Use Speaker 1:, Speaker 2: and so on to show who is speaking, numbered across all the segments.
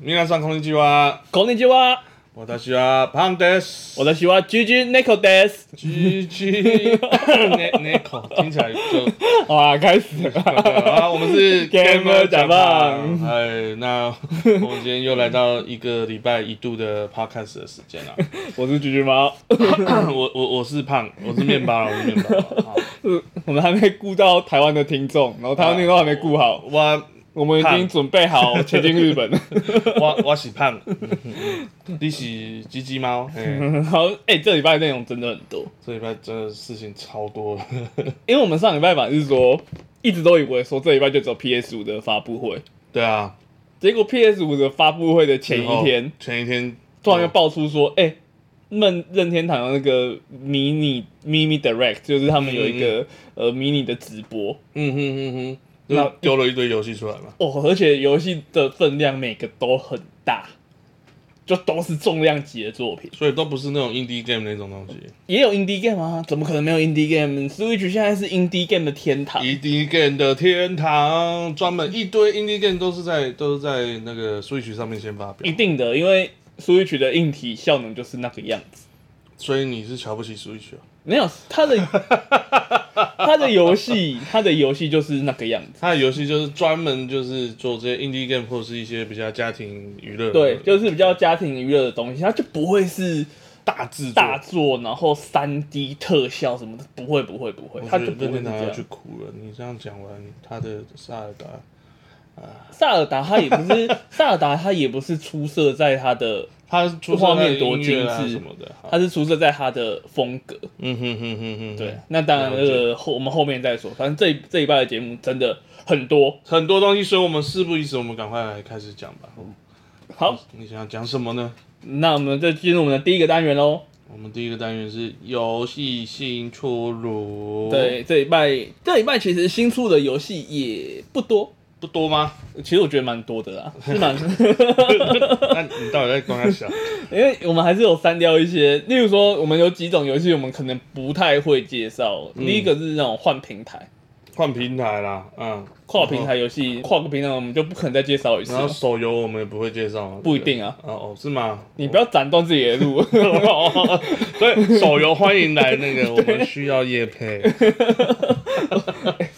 Speaker 1: 皆さんこんにちは。
Speaker 2: こんにちは，
Speaker 1: 私はパンです。
Speaker 2: 我的喜欢 G G Nico Des。
Speaker 1: G G 那那 口听起来就
Speaker 2: 好啊，开始了。
Speaker 1: 啊，我们是
Speaker 2: Gamer
Speaker 1: 展
Speaker 2: 展
Speaker 1: 望
Speaker 2: 望。
Speaker 1: 哎，那我们今天又来到一个礼拜一度的 podcast 的时间了。
Speaker 2: 我是橘橘猫，
Speaker 1: 我我我是胖，我是面包，我是面包。好
Speaker 2: 我们还没顾到台湾的听众，然后台湾听众还没顾好，
Speaker 1: 我
Speaker 2: 我们已经准备好 前进日本了。
Speaker 1: 我我是胖，你是鸡鸡猫。哎，
Speaker 2: 然后，哎、这礼拜内容真的很多，
Speaker 1: 这礼拜真的事情超多。
Speaker 2: 因为我们上礼拜版是说，一直都以为说这礼拜就只有 PS 五的发布会，
Speaker 1: 对啊，
Speaker 2: 结果 PS 五的发布会的前一天，，
Speaker 1: 前一天
Speaker 2: 突然又爆出说，哎、任任天堂的那个迷你 mini direct，就是他们有一个、呃迷你的直播，
Speaker 1: 嗯哼哼哼，
Speaker 2: 那
Speaker 1: 就丢了一堆游戏出来嘛。
Speaker 2: 哦，而且游戏的分量每个都很大，就都是重量级的作品。
Speaker 1: 所以都不是那种 indie game 那种东西
Speaker 2: 也有 indie game 啊，怎么可能没有 indie game？Switch 现在是 indie game 的天堂。
Speaker 1: ，indie game 的天堂，专门一堆 indie game 都是在都是在那个 Switch 上面先发
Speaker 2: 一
Speaker 1: 表，
Speaker 2: 定的，因为 Switch 的硬体效能就是那个样子。
Speaker 1: 所以你是瞧不起 Switch 啊？
Speaker 2: 没有它的它的游戏，它的游戏就是那个样子。
Speaker 1: 它的游戏就是专门就是做这些 indie game 或是一些比较家庭娱乐的，
Speaker 2: 对，就是比较家庭娱乐的东西，它就不会是
Speaker 1: 大制作
Speaker 2: 大。作，然后三 D 特效什么的，不会不会不会，
Speaker 1: 我
Speaker 2: 它
Speaker 1: 觉
Speaker 2: 就
Speaker 1: 得任
Speaker 2: 不会
Speaker 1: 天
Speaker 2: 是这
Speaker 1: 堂
Speaker 2: 样
Speaker 1: 要去。哭了。你这样讲完，他的萨尔达
Speaker 2: 萨尔达它也不是 萨尔达，它也不是出色在它的，
Speaker 1: 他出
Speaker 2: 画面多
Speaker 1: 精致、
Speaker 2: 精致
Speaker 1: 啊什么的，好
Speaker 2: 它是出色在它的风格。
Speaker 1: 嗯哼哼哼哼，
Speaker 2: 对，，那当然
Speaker 1: 了
Speaker 2: 那
Speaker 1: 解
Speaker 2: 个后我们后面再说，反正这一这一拜的节目真的很多。
Speaker 1: 很多东西，所以我们事不宜迟，我们赶快来开始讲吧。
Speaker 2: 好，
Speaker 1: 你想要讲什么呢？
Speaker 2: 那我们就进入我们的第一个单元喽。
Speaker 1: 我们第一个单元是游戏新出炉，，
Speaker 2: 对，这一拜这一拜其实新出的游戏也不多，
Speaker 1: 不多吗？
Speaker 2: 其实我觉得蛮多的 啦，是蛮，
Speaker 1: 那你到底在光他 想？
Speaker 2: 因为我们还是有删掉一些，例如说我们有几种游戏我们可能不太会介绍，第一个是那种换平台。
Speaker 1: 换平台啦，嗯，
Speaker 2: 跨平台游戏，跨个平台我们就不可能再介绍一次
Speaker 1: 然
Speaker 2: 了。
Speaker 1: 后，然后手游我们也不会介绍吗，
Speaker 2: 不一定啊
Speaker 1: 对不对。哦哦，是吗？
Speaker 2: 你不要斩断自己的路。
Speaker 1: 哦，所以手游欢迎来那个，我们需要夜 配。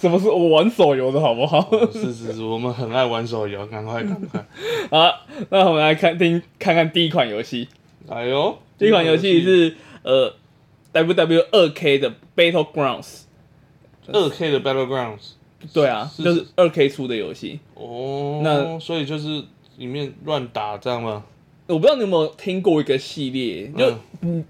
Speaker 2: 什么是我玩手游的好不 好？
Speaker 1: 哦是是是，我们很爱玩手游，赶快赶 快。
Speaker 2: 好啊，那我们来看听看看第一款游戏。
Speaker 1: 哎呦，
Speaker 2: 第一款游戏是呃 W W 二 K 的 Battlegrounds。
Speaker 1: 二 K 的 Battlegrounds
Speaker 2: 对啊，
Speaker 1: 是
Speaker 2: 就是二 K 出的游戏。
Speaker 1: 哦，
Speaker 2: 那
Speaker 1: 所以就是里面乱打这样吗？
Speaker 2: 我不知道你有没有听过一个系列，就
Speaker 1: 嗯
Speaker 2: 嗯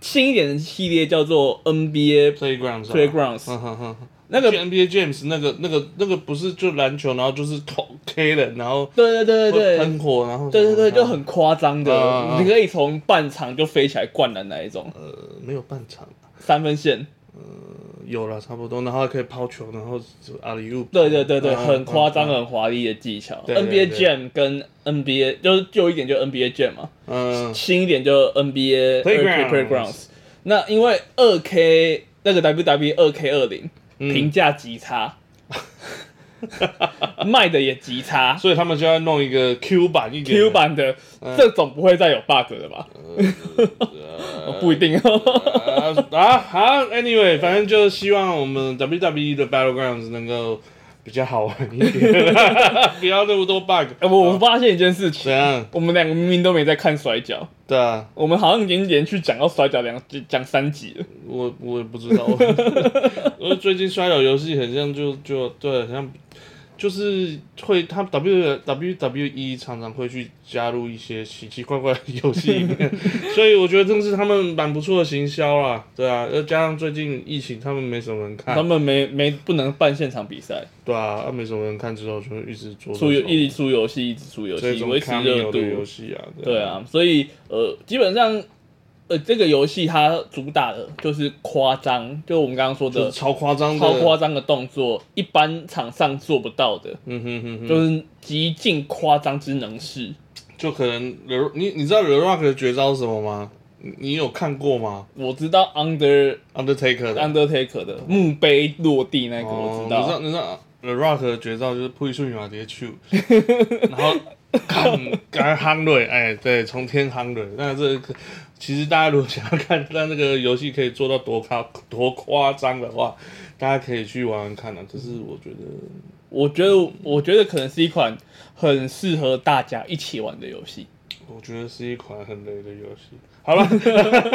Speaker 2: 新一点的系列叫做 NBA
Speaker 1: Playground 是吧
Speaker 2: Playgrounds。
Speaker 1: 哼哼哼，
Speaker 2: 那个
Speaker 1: 去 NBA James 那个那个那个不是就篮球，然后就是口 K 了，然后
Speaker 2: 对对对对对
Speaker 1: 喷。火，然后
Speaker 2: 对对对，
Speaker 1: 什么
Speaker 2: 就很夸张的，
Speaker 1: 嗯嗯嗯
Speaker 2: 你可以从半场就飞起来灌篮那一种
Speaker 1: 呃没有半场，
Speaker 2: 三分线。
Speaker 1: 有了差不多，然后还可以抛球，然后就阿里乌，
Speaker 2: 对对对对，
Speaker 1: 嗯
Speaker 2: 很夸张、
Speaker 1: 嗯
Speaker 2: 很华丽的技巧。
Speaker 1: 对对
Speaker 2: NBA
Speaker 1: 对
Speaker 2: Jam 跟 NBA 就是旧一点就 NBA Jam 嘛，
Speaker 1: 嗯，
Speaker 2: 新一点就 NBA 2K
Speaker 1: Playgrounds
Speaker 2: Playgrounds。那因为二 K 那个 WW 二 K 二零
Speaker 1: 嗯
Speaker 2: 评价 极差，卖的也极差。
Speaker 1: 所以他们就要弄一个 Q 版一点
Speaker 2: Q 版的
Speaker 1: 嗯
Speaker 2: 这种不会再有 bug 了吧？哦不一定哦。
Speaker 1: 啊呃啊好，Anyway，反正就希望我们 WWE 的 Battlegrounds 能够比较好玩一点， 不要那么多 bug。
Speaker 2: 我我发现一件事情
Speaker 1: 怎，样？
Speaker 2: 我们两个明明都没在看摔跤，
Speaker 1: 对啊，
Speaker 2: 我们好像已经连续讲到摔跤两讲三集了。
Speaker 1: 我我也不知道， 我最近摔跤游戏很像就就对，很像就是会他 W W W E 常常会去加入一些奇奇怪怪的游戏里 面，所以我觉得这是他们蛮不错的行销啦，对啊，又加上最近疫情，他们没什么人
Speaker 2: 他
Speaker 1: 看，
Speaker 2: 们没没不能办现场比赛，
Speaker 1: 对啊，啊没什么人看之后就一直做
Speaker 2: 出
Speaker 1: 这
Speaker 2: 游
Speaker 1: 种
Speaker 2: 一直出游戏，一直出游
Speaker 1: 这
Speaker 2: 戏，
Speaker 1: 种
Speaker 2: 维持
Speaker 1: cameo
Speaker 2: 热
Speaker 1: 的游
Speaker 2: 度。
Speaker 1: 戏啊，
Speaker 2: 对，啊，所以呃，基本上呃，这个游戏它主打的就是夸张，就我们刚刚说
Speaker 1: 就
Speaker 2: 的
Speaker 1: 是超夸张的，
Speaker 2: 超夸张的动作，一般场上做不到的，
Speaker 1: 嗯哼哼哼。
Speaker 2: 就是极尽夸张之能事。
Speaker 1: 就可能 The 你你知道 The Rock 的绝招是什么吗？你你有看过吗
Speaker 2: 我知道 Under
Speaker 1: ？Undertaker 的
Speaker 2: Undertaker 的墓碑落地那个，
Speaker 1: 哦
Speaker 2: 我知
Speaker 1: 你知道
Speaker 2: 道。
Speaker 1: 你知道 The Rock 的绝招就是扑一瞬马直接去，然后看，刚夯瑞，哎，对，从天夯瑞。那这个其实大家如果想要看，那那个游戏可以做到多夸多夸张的话，大家可以去玩玩看啊。可是我觉得，
Speaker 2: 我觉得，我觉得可能是一款很适合大家一起玩的游 戏。
Speaker 1: 我觉得是一款很雷的游戏。好了，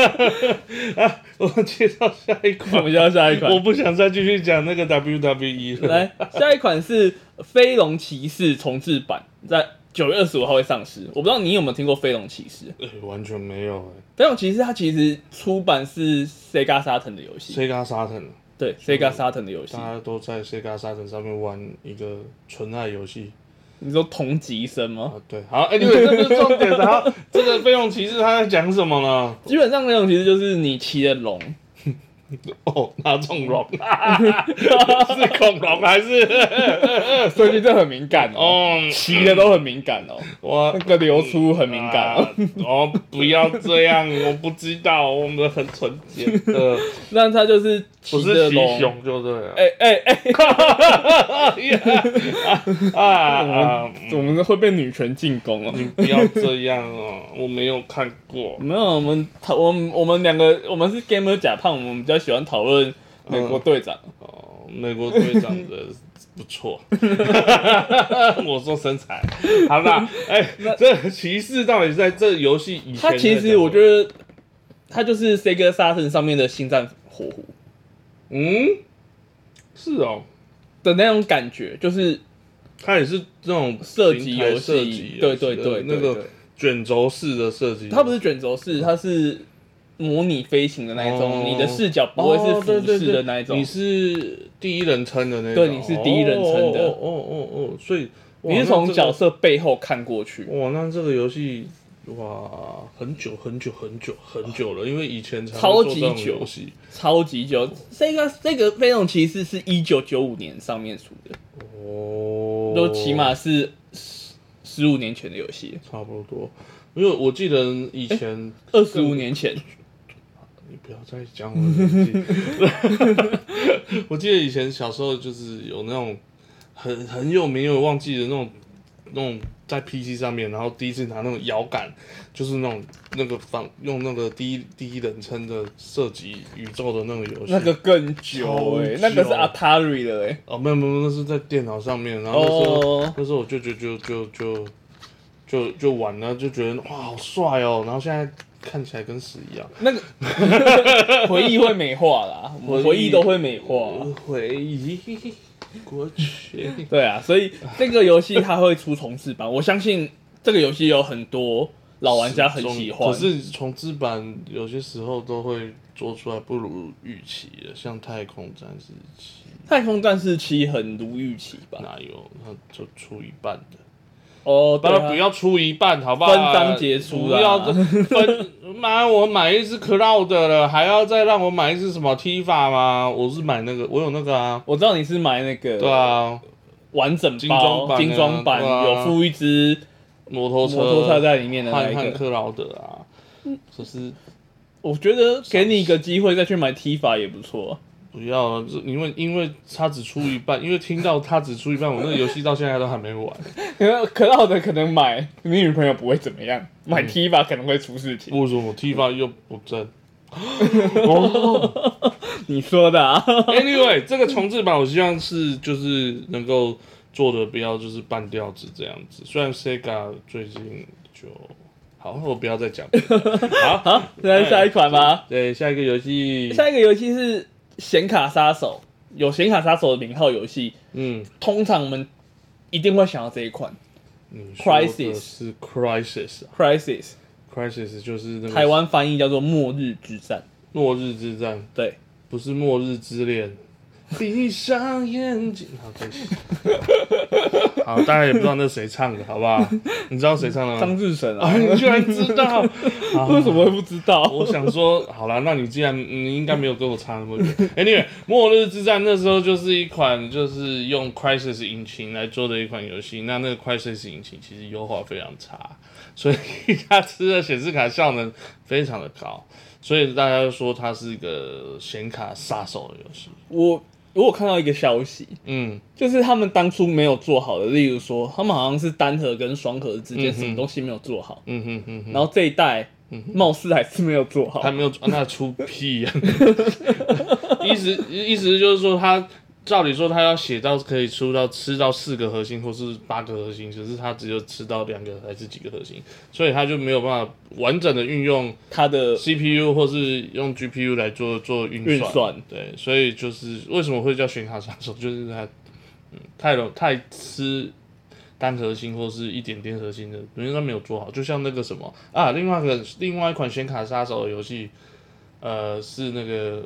Speaker 1: 啊，我们介绍下一
Speaker 2: 我
Speaker 1: 款
Speaker 2: 们。要下一款
Speaker 1: 我，不想再继续讲那个 WWE 了。
Speaker 2: 来下一款是《飞龙骑士》重置版，在九月二十五号会上市。我不知道你有没有听过《飞龙骑士》？《
Speaker 1: 哎、完全没有哎、
Speaker 2: 飞龙骑士》它其实出版是 Sega Saturn 的游戏，
Speaker 1: Sega Saturn，
Speaker 2: 对 Sega Saturn 的游戏
Speaker 1: 大。家都在 Sega Saturn 上面玩一个纯爱游戏。
Speaker 2: 你说同级生吗？
Speaker 1: 啊，对， 好，Anyway，这不是重点。然后这个费用骑士他在讲什么呢？
Speaker 2: 基本上那种其实就是你骑的 龙，
Speaker 1: 哦，哪种龙？ 是恐龙还是？
Speaker 2: 最近这很敏感哦，
Speaker 1: 哦，
Speaker 2: 骑的都很敏感哦，
Speaker 1: 我
Speaker 2: 那个流出很敏感哦
Speaker 1: 啊。哦，不要这样，我不知道，我们很纯洁 的，
Speaker 2: 那它就是
Speaker 1: 不
Speaker 2: 骑
Speaker 1: 是
Speaker 2: 的
Speaker 1: 骑
Speaker 2: 龙，
Speaker 1: 熊就对了。 哎
Speaker 2: 哎哎
Speaker 1: 啊
Speaker 2: 哎，
Speaker 1: 啊！
Speaker 2: 我们会被女权进攻哦。
Speaker 1: 你不要这样哦，我没有看过。
Speaker 2: 没有，我们讨我们我们两个，我们是 gamer 假胖，我们比较喜欢讨论美国队长。
Speaker 1: 哦，美国队长的 不错， 我说身材，好 啦，哎、这骑士到底在这游戏以前在
Speaker 2: 他
Speaker 1: 讲什么？
Speaker 2: 其实我觉得，他就是 Sega Saturn 上面的星战火狐
Speaker 1: 嗯，是哦，
Speaker 2: 的那种感觉，就是
Speaker 1: 它也是这种
Speaker 2: 射击
Speaker 1: 平台
Speaker 2: 游戏
Speaker 1: 射击游戏的，
Speaker 2: 对对对对
Speaker 1: 那
Speaker 2: 对
Speaker 1: 个卷轴式的射击，
Speaker 2: 它不是卷轴式，它是模拟飞行的那一种，
Speaker 1: 哦
Speaker 2: 你的视角不会
Speaker 1: 哦
Speaker 2: 是
Speaker 1: 对
Speaker 2: 俯
Speaker 1: 对
Speaker 2: 视
Speaker 1: 对
Speaker 2: 的那一种。
Speaker 1: 你是第一人称的那种，
Speaker 2: 对你是第一人称的
Speaker 1: 哦哦哦哦哦，所以哇
Speaker 2: 你
Speaker 1: 那
Speaker 2: 是从
Speaker 1: 这个
Speaker 2: 角色背后看过去，
Speaker 1: 哇，那这个游戏哇，很久很久很久很久了，因为以前才会
Speaker 2: 超
Speaker 1: 做
Speaker 2: 级
Speaker 1: 这种
Speaker 2: 久
Speaker 1: 游戏。
Speaker 2: 超级久。这个这个飞龙骑士是一九九五年上面出的，
Speaker 1: 哦，
Speaker 2: 都起码是十十五年前的游戏了，
Speaker 1: 差不多，因为我记得以前，
Speaker 2: 二十五年前。
Speaker 1: 你不要再讲我的年纪， 我记得以前小时候就是有那种很很有名，我忘记的那种那种在 PC 上面，然后第一次拿那种摇杆，就是那种那个方用那个第一第一人称的射击宇宙的那种游戏，
Speaker 2: 那个更久哎、
Speaker 1: 超久
Speaker 2: 那个是 Atari 的哎、
Speaker 1: 哦，没有没有，那是在电脑上面，然后那时候、
Speaker 2: 哦，
Speaker 1: 那时候我就就就就就就就玩了，就觉得哇好帅哦，然后现在看起来跟屎一样，
Speaker 2: 那个回忆会美化 啦，我们回忆都会美化。
Speaker 1: 回忆过去。
Speaker 2: 对啊，所以这个游戏它会出重置版，我相信这个游戏有很多老玩家很喜欢。
Speaker 1: 可是重置版有些时候都会做出来不如预期的，像《太空战士七
Speaker 2: 太空战士七很如预期》吧？
Speaker 1: 哪有？它就出一半的，
Speaker 2: 哦，
Speaker 1: 不
Speaker 2: 对
Speaker 1: 要
Speaker 2: 啊
Speaker 1: 不要出一半，好不好？
Speaker 2: 分章结束
Speaker 1: 不
Speaker 2: 啦
Speaker 1: 要分。 妈，我买一只 Cloud 了，还要再让我买一只什么 Tifa 吗？我是买那个，我有那个啊。
Speaker 2: 我知道你是买那个
Speaker 1: 对啊，
Speaker 2: 完整
Speaker 1: 精装
Speaker 2: 包
Speaker 1: 版的
Speaker 2: 精装版，
Speaker 1: 对啊
Speaker 2: 有附一只
Speaker 1: 摩托车，
Speaker 2: 摩托车在里面的那
Speaker 1: 汉
Speaker 2: 一
Speaker 1: 汉
Speaker 2: 个。
Speaker 1: 克劳德啊，可是
Speaker 2: 我觉得给你一个机会再去买 T 法也不错啊、
Speaker 1: 不要了，这因为因为它只出一半，因为听到它只出一半，我那个游戏到现在都还没玩。
Speaker 2: 可可奥的可能买你女朋友不会怎么样，买 T 吧可能会出事情。
Speaker 1: 为什么 Tifa 又不 正？哦
Speaker 2: 你说的啊？
Speaker 1: Anyway，这个重置版我希望是就是能够做的不要就是半吊子这样子。虽然 Sega 最近就好，我不要再讲。 好，
Speaker 2: 再来下一款吧。
Speaker 1: 对，下一个游戏，
Speaker 2: 下一个游戏是《显卡杀手》，有《显卡杀手》的名号游戏，
Speaker 1: 嗯，
Speaker 2: 通常我们一定会想到这一款
Speaker 1: 你说的是 Crisis 啊
Speaker 2: 《Crisis
Speaker 1: ，Crisis 就是那》，
Speaker 2: 台
Speaker 1: 个
Speaker 2: 湾翻译叫做《末日之战》。
Speaker 1: 末日之战，
Speaker 2: 对，
Speaker 1: 不是末日之恋。闭上眼睛，好，对不起。好，大家也不知道那谁唱的，好不好？你知道谁唱的吗
Speaker 2: 张？志成啊
Speaker 1: 啊，， 你居然知道！好
Speaker 2: 为什么会不知道？
Speaker 1: 我想说，好啦，那你既然你应该没有跟我差那么远。Anyway，《末日之战》那时候就是一款就是用 Crisis 引擎来做的一款游戏。那那个 Crisis 引擎其实优化非常差，所以它吃的显示卡效能非常的高，所以大家就说它是一个显卡杀手的游戏。
Speaker 2: 我我有看到一个消息，
Speaker 1: 嗯
Speaker 2: 就是他们当初没有做好的，例如说，他们好像是单核跟双核之间
Speaker 1: 嗯哼
Speaker 2: 什么东西没有做好，
Speaker 1: 嗯嗯嗯嗯，
Speaker 2: 然后这一代
Speaker 1: 嗯
Speaker 2: 貌似还是没有做好
Speaker 1: 还。没有、啊那出屁呀、 意思意思就是说他。照理说，他要写到可以出到吃到四个核心或是八个核心，可是他只有吃到两个还是几个核心，所以他就没有办法完整的运用
Speaker 2: 他的
Speaker 1: CPU 或是用 GPU 来做做运
Speaker 2: 运
Speaker 1: 算。
Speaker 2: 算
Speaker 1: 对，所以就是为什么会叫显卡杀手，就是它嗯太容太吃单核心或是一点点核心的，因为它没有做好。就像那个什么啊，另外一个另外一款显卡杀手的游戏，呃，是那个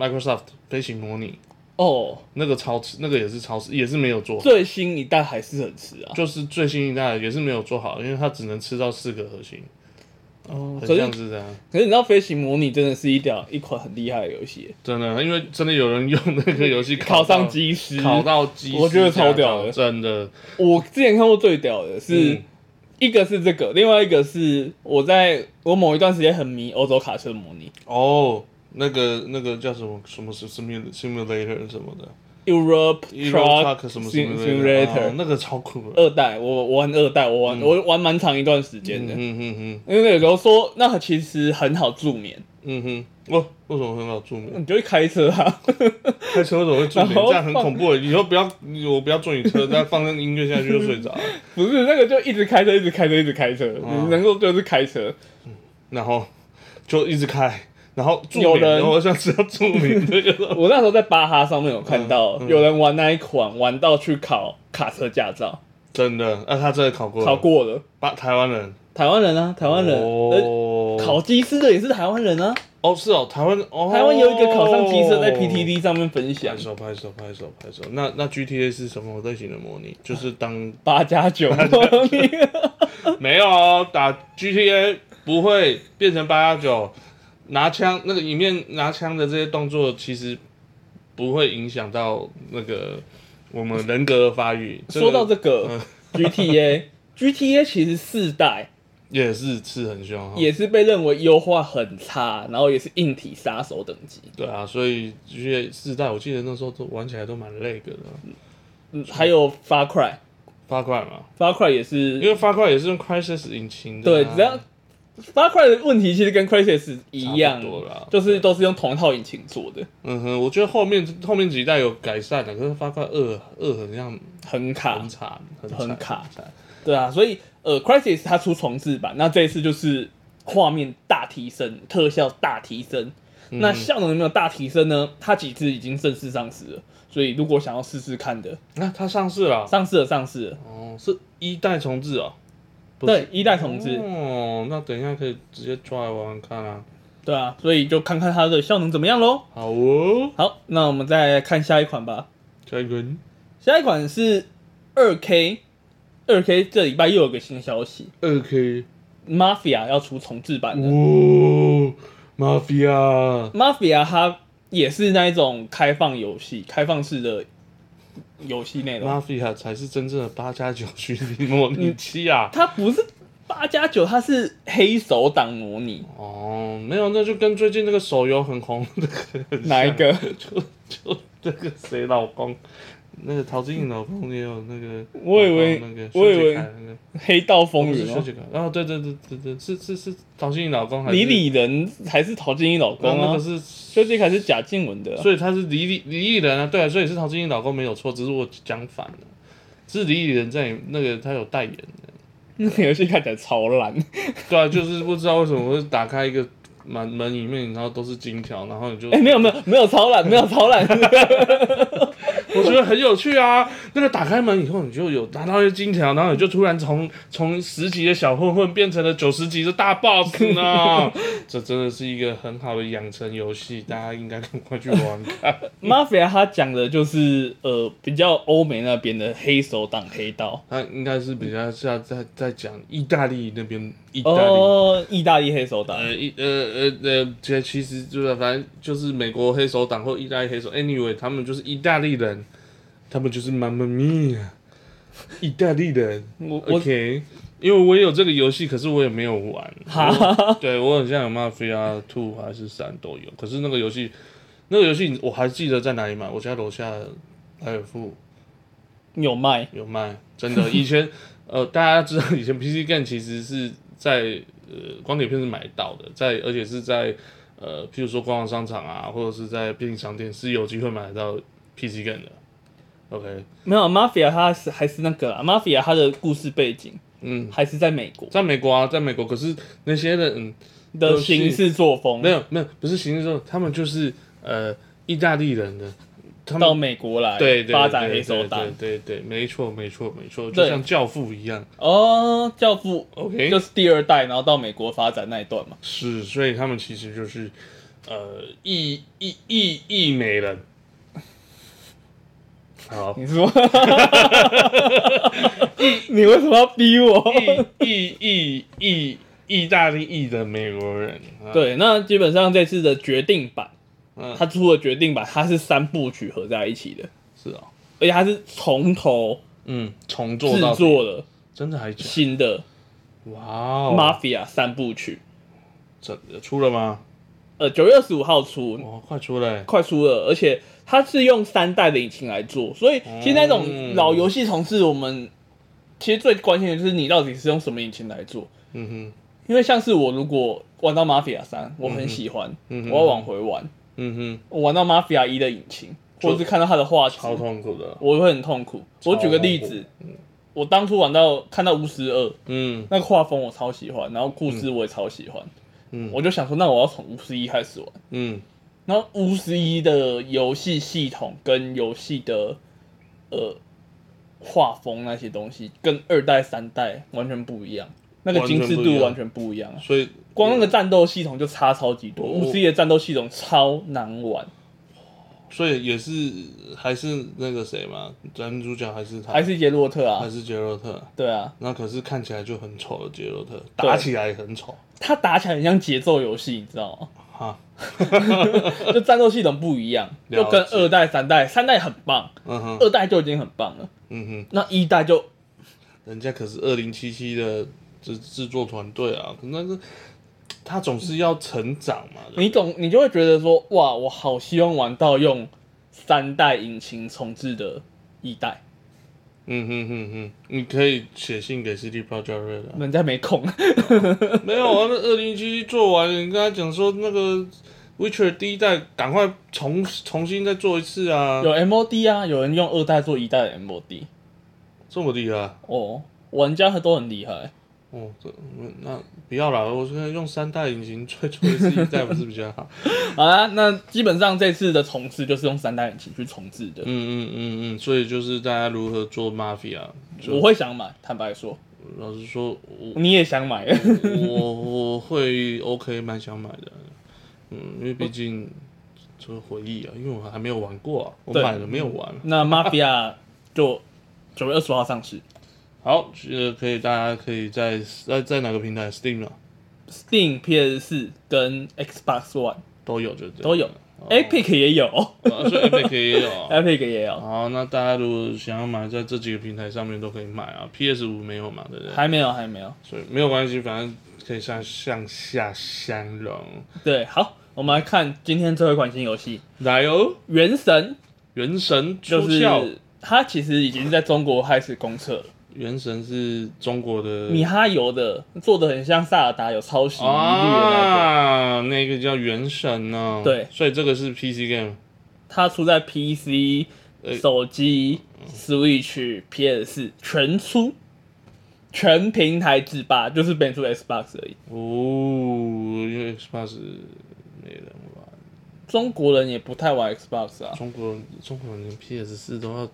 Speaker 1: Microsoft 飞行模拟，
Speaker 2: 哦，
Speaker 1: 那个超吃，那个也是超吃，也是没有做好。
Speaker 2: 最新一代还是很迟啊。
Speaker 1: 就是最新一代也是没有做好，因为它只能吃到四个核心，
Speaker 2: 哦，
Speaker 1: 很
Speaker 2: 可是
Speaker 1: 像是这样。
Speaker 2: 可是你知道飞行模拟真的是一条一款很厉害的游戏，
Speaker 1: 真的，因为真的有人用那个游戏
Speaker 2: 考
Speaker 1: 到
Speaker 2: 上机师。
Speaker 1: 考到机师驾照，
Speaker 2: 我觉得超屌的
Speaker 1: 真的
Speaker 2: 我之前看过最屌的是、
Speaker 1: 嗯
Speaker 2: 一个是这个，另外一个是我在我某一段时间很迷欧洲卡车模拟
Speaker 1: 哦。那个那个叫什么什么什么 simul- simulator 什么的
Speaker 2: Europe
Speaker 1: ，Euro
Speaker 2: Truck
Speaker 1: Truck 什么
Speaker 2: Sim-
Speaker 1: simulator，
Speaker 2: Simulator
Speaker 1: 哦那个超酷的，
Speaker 2: 二代，我我玩二代，我玩、我玩蛮长一段时
Speaker 1: 嗯
Speaker 2: 间的，
Speaker 1: 嗯嗯
Speaker 2: 因为有时候说那其实很好助眠，
Speaker 1: 嗯嗯哼，哦，为什么很好助眠？
Speaker 2: 你就会开车啊，
Speaker 1: 开车为什么会助眠？
Speaker 2: 然后
Speaker 1: 这样很恐怖耶，以后不要我不要坐你车，但放上音乐下去就睡着了。
Speaker 2: 不是那个就一直开车，一直开车，一直开车，
Speaker 1: 哦
Speaker 2: 你能够就是开车，
Speaker 1: 然后就一直开，然后助
Speaker 2: 有
Speaker 1: 眠，
Speaker 2: 人
Speaker 1: 然后我想知道助眠这个
Speaker 2: 我那时候在巴哈上面有看到
Speaker 1: 嗯嗯
Speaker 2: 有人玩那一款，玩到去考卡车驾照，
Speaker 1: 真的，那他真的考过了，
Speaker 2: 考过了。
Speaker 1: 八台湾人，
Speaker 2: 台湾人啊，台湾人，呃
Speaker 1: 哦，
Speaker 2: 考机师的也是台湾人啊。
Speaker 1: 哦，是哦，台湾哦，嗯
Speaker 2: 台湾有一个考上机师在 PTT 上面分享
Speaker 1: 拍手拍手拍手拍手。那那 GTA 是什么类型的模
Speaker 2: 啊
Speaker 1: 拟？就是当
Speaker 2: 八加九模拟，
Speaker 1: 没有哦，打 GTA 不会变成八幺九，拿枪那个里面拿枪的这些动作其实不会影响到那个我们人格的发育。这个
Speaker 2: 说到这
Speaker 1: 嗯
Speaker 2: 个 GTA。GTA 其实四代
Speaker 1: 也是刺很凶哦，
Speaker 2: 也是被认为优化很差，然后也是硬体杀手等级，
Speaker 1: 对啊，所以 GTA 四代我记得那时候都玩起来都蛮累个的，啊
Speaker 2: 嗯，还有 Far Cry，Far
Speaker 1: 八块嘛，
Speaker 2: Cry 也
Speaker 1: 因
Speaker 2: 是
Speaker 1: 为八块也是用 Crisis 引擎的啊、
Speaker 2: 对，只要 Far Cry 的问题其实跟 Crysis 一样
Speaker 1: 差不，多啦
Speaker 2: 就是都是用同一套引擎做的，
Speaker 1: 嗯哼，我觉得后面后面几代有改善的，可是八块二二很像
Speaker 2: 很卡
Speaker 1: 很。惨，很
Speaker 2: 很
Speaker 1: 惨
Speaker 2: 卡
Speaker 1: 很惨
Speaker 2: 对啊，所以呃，Crisis 它出重置版，那这一次就是画面大提升，特效大提升。
Speaker 1: 嗯
Speaker 2: 那效能有没有大提升呢？它几次已经正式上市了，所以如果想要试试看的，
Speaker 1: 那它上市了，
Speaker 2: 上市了，上市了。
Speaker 1: 哦，是一代重置哦。不是
Speaker 2: 对，一代重置，
Speaker 1: 哦，那等一下可以直接抓来玩玩看啊。
Speaker 2: 对啊，所以就看看它的效能怎么样喽。
Speaker 1: 好哦，
Speaker 2: 好，那我们再看下一款吧。
Speaker 1: 下一轮，
Speaker 2: 下一款是二 K，二 K 这礼拜又有个新消息
Speaker 1: 二 K，
Speaker 2: ，Mafia 要出重置版
Speaker 1: 嗯
Speaker 2: 的。
Speaker 1: 哦，Mafia，
Speaker 2: Mafia 它也是那一种开放游戏，开放式的游戏内容。
Speaker 1: Mafia 才是真正的八加九虚 拟模拟器啊！
Speaker 2: 它不是八加九，它是黑手党模拟。
Speaker 1: 哦，没有，那就跟最近那个手游很红的很
Speaker 2: 哪一
Speaker 1: 像
Speaker 2: 个？
Speaker 1: 就就那个谁老公，那个陶晶莹老公也有那个，
Speaker 2: 我以为
Speaker 1: 那个
Speaker 2: 我以
Speaker 1: 薛
Speaker 2: 为
Speaker 1: 之谦那个
Speaker 2: 黑道风
Speaker 1: 不是
Speaker 2: 云
Speaker 1: 薛
Speaker 2: 哦、
Speaker 1: 之谦，哦对对对对对，是是是陶晶莹老公还是
Speaker 2: 李李仁还是陶晶莹老
Speaker 1: 那
Speaker 2: 公
Speaker 1: 那
Speaker 2: 啊
Speaker 1: 个？是，
Speaker 2: 薛之凯是贾静雯的啊、
Speaker 1: 所以他是李李李艺人啊，对啊，所以是陶晶莹老公没有错，只是我讲反了，是李艺人在那个他有代言的，
Speaker 2: 那个游戏看起来超烂。
Speaker 1: 对啊，就是不知道为什么会打开一个门门里面，然后都是金条，然后你就
Speaker 2: 哎、没有没有没有超烂，没有超烂。
Speaker 1: 我觉得很有趣啊！那个打开门以后，你就有拿到一些金条，然后你就突然从从十级的小混混变成了九十级的大 boss 呢。这真的是一个很好的养成游戏，大家应该赶快去玩看。
Speaker 2: Mafia 它讲的就是呃比较欧美那边的黑手党黑道。
Speaker 1: 它应该是比较像在在讲意大利那边，意大利。
Speaker 2: 哦，意大利黑手党。
Speaker 1: 呃，意呃呃呃，其其实就是反正就是美国黑手党或意大利黑手，anyway，他们就是意大利人，他们就是 Mamma Mia，意大利人。
Speaker 2: 我我
Speaker 1: OK，因为我也有这个游戏，可是我也没有玩。
Speaker 2: 哈
Speaker 1: 对我很像有 Mafia Two 还是三都有，可是那个游戏那个游戏我还记得在哪里买，我家楼下莱尔富
Speaker 2: 有卖，
Speaker 1: 有卖，真的。以前 呃，大家知道以前 PC Game 其实是在呃光碟片是买到的，在而且是在呃，譬如说逛逛商场啊，或者是在便利商店是有机会买得到 PC Game 的。OK，
Speaker 2: 没有 Mafia 它是还是那个啦，Mafia 它的故事背景
Speaker 1: 嗯，
Speaker 2: 还是在美国
Speaker 1: 在美国啊，在美国，可是那些人、
Speaker 2: 的
Speaker 1: 游戏
Speaker 2: 行事作风
Speaker 1: 没，有没有不是行政说他们就是呃意大利人的，他
Speaker 2: 到
Speaker 1: 们。
Speaker 2: 美国来
Speaker 1: 对对
Speaker 2: 发展
Speaker 1: 对
Speaker 2: 黑手
Speaker 1: 对
Speaker 2: 党。
Speaker 1: 对对对，没错没错没错，就
Speaker 2: 对
Speaker 1: 像教父一样。
Speaker 2: 哦，教父
Speaker 1: OK，
Speaker 2: 就是第二代，然后到美国发展那一段嘛。
Speaker 1: 是，所以他们其实就是呃意意意意美人。好，
Speaker 2: 你说， 你为什么要逼我？
Speaker 1: 意意意意意大利裔的美国人。啊，
Speaker 2: 对，那基本上这次的决定版，
Speaker 1: 嗯，
Speaker 2: 它出了决定版，它是三部曲合在一起的，
Speaker 1: 是哦，
Speaker 2: 而且它是从头
Speaker 1: 嗯，重做
Speaker 2: 制
Speaker 1: 到
Speaker 2: 作了
Speaker 1: 真的还假？
Speaker 2: 新的
Speaker 1: 哇哦，
Speaker 2: Mafia 三部曲。
Speaker 1: 真的出了吗？
Speaker 2: 呃，九月二十五号出，
Speaker 1: 哦，快出了欸，
Speaker 2: 快出了，而且它是用三代的引擎来做，所以其实那种
Speaker 1: 嗯
Speaker 2: 老游戏重置，我们其实最关键的就是你到底是用什么引擎来做。
Speaker 1: 嗯哼，
Speaker 2: 因为像是我如果玩到 Mafia 三，我很喜欢，
Speaker 1: 嗯哼
Speaker 2: 我要往回玩，
Speaker 1: 嗯哼，
Speaker 2: 我玩到 Mafia 一的引擎，
Speaker 1: 就
Speaker 2: 或者是看到它的画质，
Speaker 1: 超痛苦的。
Speaker 2: 我会很痛苦。我举个例
Speaker 1: 超痛
Speaker 2: 子
Speaker 1: 苦，
Speaker 2: 我当初玩到看到巫师二，
Speaker 1: 嗯
Speaker 2: 那个画风我超喜欢，然后故事我也超喜欢，
Speaker 1: 嗯
Speaker 2: 我就想说，那我要从巫师一开始玩。
Speaker 1: 嗯
Speaker 2: 然后巫师一的游戏系统跟游戏的呃画风那些东西，跟二代、三代完全不一样，那个
Speaker 1: 完全
Speaker 2: 精
Speaker 1: 不
Speaker 2: 致
Speaker 1: 一
Speaker 2: 度
Speaker 1: 样
Speaker 2: 完全不一样啊。
Speaker 1: 所以
Speaker 2: 光那个战斗系统就差超级多，
Speaker 1: 我
Speaker 2: 巫师一的战斗系统超难玩，
Speaker 1: 所以也是还是那个谁嘛，男主角还是他，
Speaker 2: 还是杰洛特
Speaker 1: 还
Speaker 2: 啊？
Speaker 1: 是杰洛特。
Speaker 2: 对啊，
Speaker 1: 那可是看起来就很丑的杰洛特，打起来也很丑
Speaker 2: 他打起来很像节奏游戏，你知道吗？
Speaker 1: 哈。
Speaker 2: 就战斗系统不一样，
Speaker 1: 了解
Speaker 2: 就跟二代、三代，三代很棒，
Speaker 1: 嗯哼，
Speaker 2: 二代就已经很棒了，
Speaker 1: 嗯哼，
Speaker 2: 那一代就
Speaker 1: 人家可是二零七七的制制作团队啊，可那是他总是要成长嘛。嗯对
Speaker 2: 你总你就会觉得说，哇，我好希望玩到用三代引擎重置的一代，
Speaker 1: 嗯哼哼哼，你可以写信给 City Project Red 啊。
Speaker 2: 人家没空。
Speaker 1: 没有啊，那二零七七做完，你跟他讲说那个 Witcher 第一代赶快重重新再做一次啊
Speaker 2: 有，MOD 啊，有人用二代做一代的 MOD，
Speaker 1: 这么厉害。啊
Speaker 2: 哦，玩家都很厉害。
Speaker 1: 哦，这嗯那不要啦，我现在用三代引擎吹吹是一代不是比较好？
Speaker 2: 好啦，那基本上这次的重置就是用三代引擎去重置的，
Speaker 1: 嗯嗯嗯嗯，所以就是大家如何做 mafia，就
Speaker 2: 我会想买，坦白说，
Speaker 1: 老实说，我
Speaker 2: 你也想买，
Speaker 1: 嗯我我会 OK 蛮想买的，嗯，因为毕竟这个回忆啊，因为我还没有玩过啊，我
Speaker 2: 对
Speaker 1: 买了没有玩。
Speaker 2: 那 Mafia 就九月二十号上市
Speaker 1: 好，呃，可以大家可以在在在哪个平台 Steam 啊
Speaker 2: ，Steam、PS 四跟 Xbox One
Speaker 1: 都有，就对
Speaker 2: 都有、
Speaker 1: 哦
Speaker 2: e p i c 也有、
Speaker 1: 啊所以 Epic 也有啊。
Speaker 2: e p i c 也有。
Speaker 1: 好，那大家如果想要买，在这几个平台上面都可以买啊。PS 五没有嘛，对不对？
Speaker 2: 还没有，还没有。
Speaker 1: 所以没有关系，反正可以向向下相容。
Speaker 2: 对，好，我们来看今天最后一款新游戏
Speaker 1: 来哦，
Speaker 2: 《原神》，
Speaker 1: 原神出
Speaker 2: 就
Speaker 1: 窍，
Speaker 2: 是它其实已经在中国开始公测了，
Speaker 1: 原神是中国的
Speaker 2: 米哈游的做的很像萨尔达，有抄袭疑虑的那种。
Speaker 1: 啊，那个叫原神呢、
Speaker 2: 对
Speaker 1: 所以这个是 PC game，
Speaker 2: 它出在 PC、
Speaker 1: 呃
Speaker 2: 手机、Switch、PS 全出，全平台制霸，就是没出 Xbox 而已。
Speaker 1: 哦，因为 Xbox 没人玩，
Speaker 2: 中国人也不太玩 Xbox 啊，
Speaker 1: 中国人中国人连 PS 四都要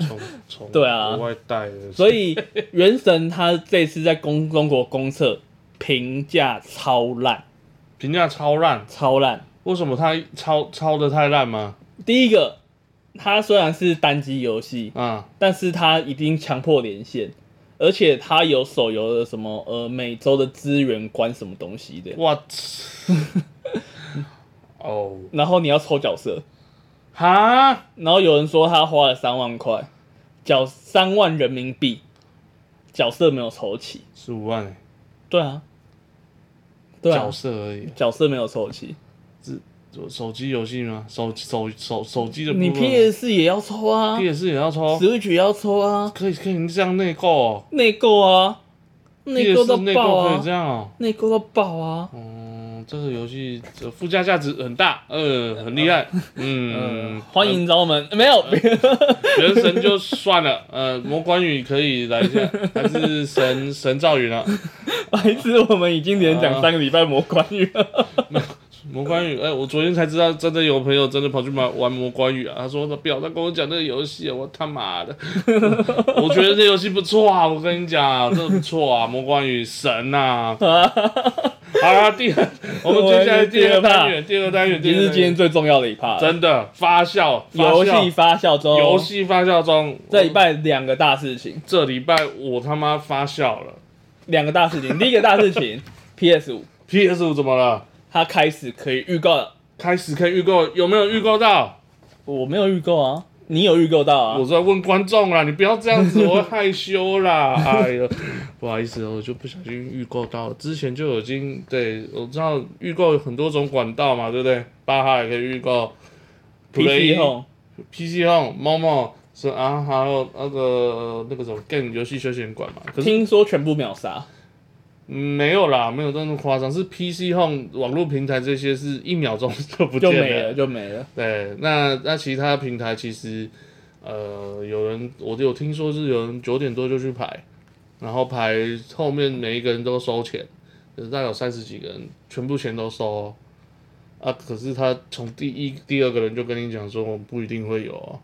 Speaker 1: 从从
Speaker 2: 对啊
Speaker 1: 国外带的，
Speaker 2: 所以《原神》它这次在公中国公测评价超烂，
Speaker 1: 评价超烂。
Speaker 2: 超烂。
Speaker 1: 为什么它超超的太烂吗？
Speaker 2: 第一个，它虽然是单机游戏，
Speaker 1: 啊，
Speaker 2: 但是它一定强迫连线，而且它有手游的什么呃每周的资源关什么东西的，
Speaker 1: 我 操！哦，
Speaker 2: 然后你要抽角色，
Speaker 1: 哈，
Speaker 2: 然后有人说他花了三万块，缴三万人民币，角色没有抽齐。
Speaker 1: 十五万、欸，
Speaker 2: 对啊，对啊
Speaker 1: 角，色而已，
Speaker 2: 角色没有抽齐，
Speaker 1: 手机游戏吗？手手手手机的部分
Speaker 2: 你 PS 也要抽啊
Speaker 1: PS 也要抽，
Speaker 2: ，Switch 也要抽啊，
Speaker 1: 可以可以这样内购哦
Speaker 2: 内购啊，内购到
Speaker 1: ，PS 内
Speaker 2: 爆
Speaker 1: 购可以
Speaker 2: 啊
Speaker 1: 这，样哦。
Speaker 2: 内购到爆啊！
Speaker 1: 嗯，这个游戏呃附加价值很大，呃，很厉害，嗯
Speaker 2: 嗯，，欢迎找我们，没有，
Speaker 1: 呃原神就算了，呃，魔关羽可以来一下，还是神神赵云啊？
Speaker 2: 白痴，我们已经连讲三个礼拜魔关羽了。
Speaker 1: 呃魔关羽，哎、我昨天才知道，真的有朋友真的跑去买玩魔关羽啊。他说他表，他跟我讲这个游戏啊，我他妈的， 我觉得这游戏不错啊，我跟你讲、啊，这不错啊，魔关羽神 呐、啊。好啦，第二，我们接下来第二单元，第二单元，
Speaker 2: 这
Speaker 1: 第
Speaker 2: 是
Speaker 1: 二单
Speaker 2: 今天
Speaker 1: 元，
Speaker 2: 最重要的一 part，
Speaker 1: 真的发酵，发
Speaker 2: 游戏
Speaker 1: 酵，
Speaker 2: 发酵中，
Speaker 1: 游戏发酵中，
Speaker 2: 这礼拜两个大事情，
Speaker 1: 这礼拜我他妈发酵了
Speaker 2: 两个大事情。第一个大事 情，PS 五
Speaker 1: ，PS 五怎么了？
Speaker 2: 它开始可以预告了，
Speaker 1: 开始可以预购，有没有预购到？
Speaker 2: 我没有预购啊，你有预购到啊
Speaker 1: 我？在问观众啦，你不要这样子，我会害羞 啦。哎呦，不好意思哦，我就不小心预购到了。之前就已经对我知道预购有很多种管道嘛，对不对？巴哈也可以预购
Speaker 2: PC 后
Speaker 1: PC Home、某某是啊，还有那个那个什么 Game 游戏休闲馆嘛。可是、
Speaker 2: 听说全部秒杀，
Speaker 1: 嗯没有啦，没有那么夸张，是 PC Home 网络平台这些是一秒钟就不
Speaker 2: 就
Speaker 1: 见
Speaker 2: 没了，就没了。
Speaker 1: 对，那那其他平台其实，呃，有人我有听说是有人九点多就去排，然后排后面每一个人都收钱，就是大概有三十几个人，全部钱都收哦、啊，可是他从第一、第二个人就跟你讲说，我们不一定会有、哦。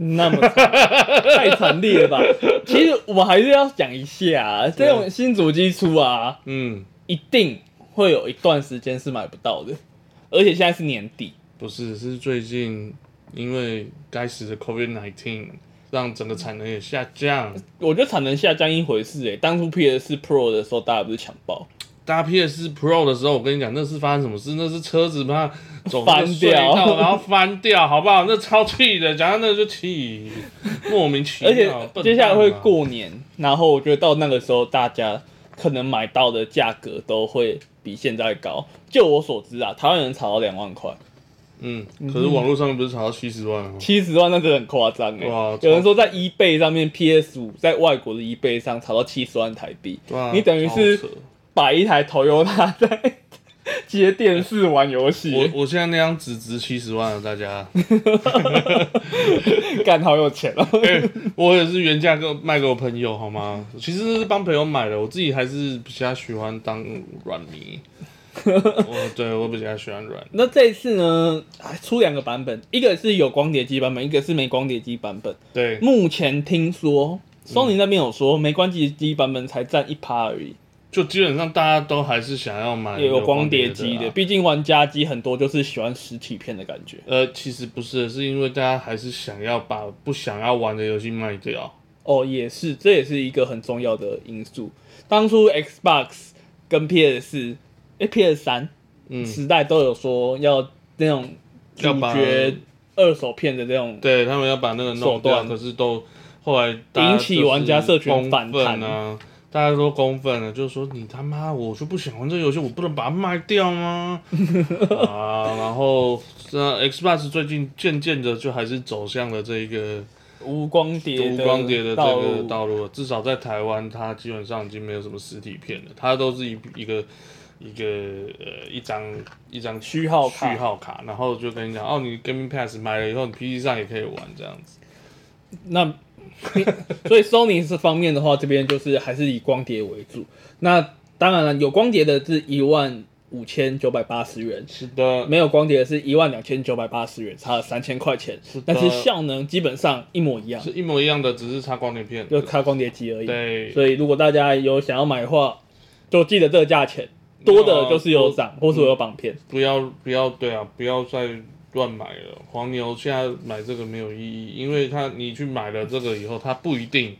Speaker 2: 那么惨太惨烈 了吧？其实我还是要讲一下、啊，这种新主机出啊，
Speaker 1: 嗯，
Speaker 2: 一定会有一段时间是买不到的，而且现在是年底，
Speaker 1: 不是，是最近因为该死的 COVID nineteen 让整个产能也下降，
Speaker 2: 我觉得产能下降一回事诶、欸当初 PS 4 Pro 的时候，大家不是抢爆，
Speaker 1: 搭 PS Pro 的时候，我跟你讲，那是发生什么事？那是车子怕走
Speaker 2: 翻
Speaker 1: 那个隧道
Speaker 2: 掉
Speaker 1: 然后翻掉，好不好？那超气的，讲到那个就气，莫名其
Speaker 2: 而且
Speaker 1: 妙。笨蛋啊
Speaker 2: 接下来会，过年，然后我觉得到那个时候，大家可能买到的价格都会比现在高。就我所知啊，台湾人炒到两万块，
Speaker 1: 嗯，可是网络上面不是炒到七十万吗？
Speaker 2: 七十万那个很夸张诶。
Speaker 1: 哇
Speaker 2: 有人说在 eBay 上面 PS 五在外国的 eBay 上炒到七十万台币，
Speaker 1: 对啊
Speaker 2: 你等于是
Speaker 1: 超扯
Speaker 2: 把一台 Toyota 在接电视玩游
Speaker 1: 我
Speaker 2: 戏，
Speaker 1: 我现在那张纸值七十万了，啊大家。
Speaker 2: 干好有 钱哦、
Speaker 1: 哎我也是原价给我卖给我朋友，好吗？其实是帮朋友买的，我自己还是比较喜欢当软 迷。我对我比较喜欢软，
Speaker 2: 那这一次呢，哎出两个版本，一个是有光碟机版本，一个是没光碟机版本。
Speaker 1: 对，
Speaker 2: 目前听说索尼那边有说，没光碟机版本才占一趴而已，
Speaker 1: 就基本上大家都还是想要买
Speaker 2: 也哎有光
Speaker 1: 光
Speaker 2: 碟
Speaker 1: 的
Speaker 2: 机
Speaker 1: 啊
Speaker 2: 的。毕竟玩家机很多就是喜欢实体片的感觉。
Speaker 1: 呃，其实不是，是因为大家还是想要把不想要玩的游戏卖掉。
Speaker 2: 哦，也是，这也是一个很重要的因素。当初 Xbox 跟 PS 哎、PS 三
Speaker 1: 嗯，
Speaker 2: 时代都有说要那种
Speaker 1: 要
Speaker 2: 主
Speaker 1: 把
Speaker 2: 角二手片的这种
Speaker 1: 对他们要把那个弄
Speaker 2: 手
Speaker 1: 掉，
Speaker 2: 段
Speaker 1: 可是都后来大家
Speaker 2: 引起
Speaker 1: 就是
Speaker 2: 玩家社群
Speaker 1: 公
Speaker 2: 反
Speaker 1: 愤啊，大家都公愤了，就说你他妈我就不想玩这个游戏，我不能把它卖掉吗？ 啊，然后那 Xbox 最近渐渐的就还是走向了这一个
Speaker 2: 无光碟
Speaker 1: 无光碟的这
Speaker 2: 道
Speaker 1: 个
Speaker 2: 路。
Speaker 1: 道路，至少在台湾，它基本上已经没有什么实体片了，它都是一一个一个呃一张一 张
Speaker 2: 序号卡
Speaker 1: 序号卡，然后就跟你讲哦，你 Gaming Pass 买了以后，你 PC 上也可以玩这样子。
Speaker 2: 那 所以 Sony 是方面的话，这边就是还是以光碟为主。那当然了，有光碟的是一万五千九百八十元，
Speaker 1: 是的，
Speaker 2: 没有光碟的是一万两千九百八十元，差了三千块钱
Speaker 1: 是的。
Speaker 2: 但是效能基本上一模一样，
Speaker 1: 是一模一样的，只是插光碟片。
Speaker 2: 就差光碟机而已。
Speaker 1: 对，
Speaker 2: 所以如果大家有想要买的话，就记得这个价钱。多
Speaker 1: 哦
Speaker 2: 的就是有涨，或
Speaker 1: 嗯
Speaker 2: 是有绑片。
Speaker 1: 不要不要对啊，不要再乱买了。黄牛现在买这个没有意义，因为它你去买了这个以后，它不一定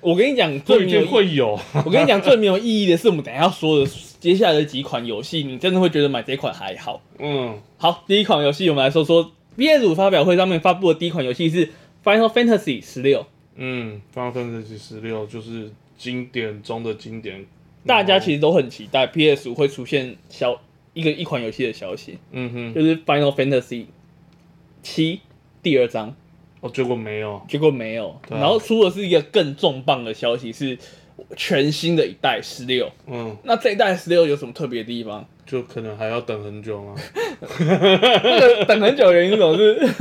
Speaker 2: 我跟你讲，
Speaker 1: 不
Speaker 2: 最
Speaker 1: 一
Speaker 2: 没有
Speaker 1: 定
Speaker 2: 意
Speaker 1: 会 有。
Speaker 2: 我跟你讲，最没有意义的是我们等一下要说的接下来的几款游戏，你真的会觉得买这款还好。
Speaker 1: 嗯，
Speaker 2: 好，第一款游戏我们来说说 PS 五发表会上面发布的第一款游戏是《Final Fantasy 十六》，
Speaker 1: 嗯，《Final Fantasy 十六》就是经典中的经典，哦
Speaker 2: 大家其实都很期待 PS 五会出现小一个一款游戏的消息，
Speaker 1: 嗯哼，
Speaker 2: 就是 Final Fantasy 七第二章，
Speaker 1: 哦，结果没有，
Speaker 2: 结果没有。
Speaker 1: 对啊
Speaker 2: 然后出的是一个更重磅的消息，是全新的一代十六。
Speaker 1: 嗯，
Speaker 2: 那这一代十六有什么特别的地方？
Speaker 1: 就可能还要等很久啊吗？
Speaker 2: 那个 等很久的原因是什么是？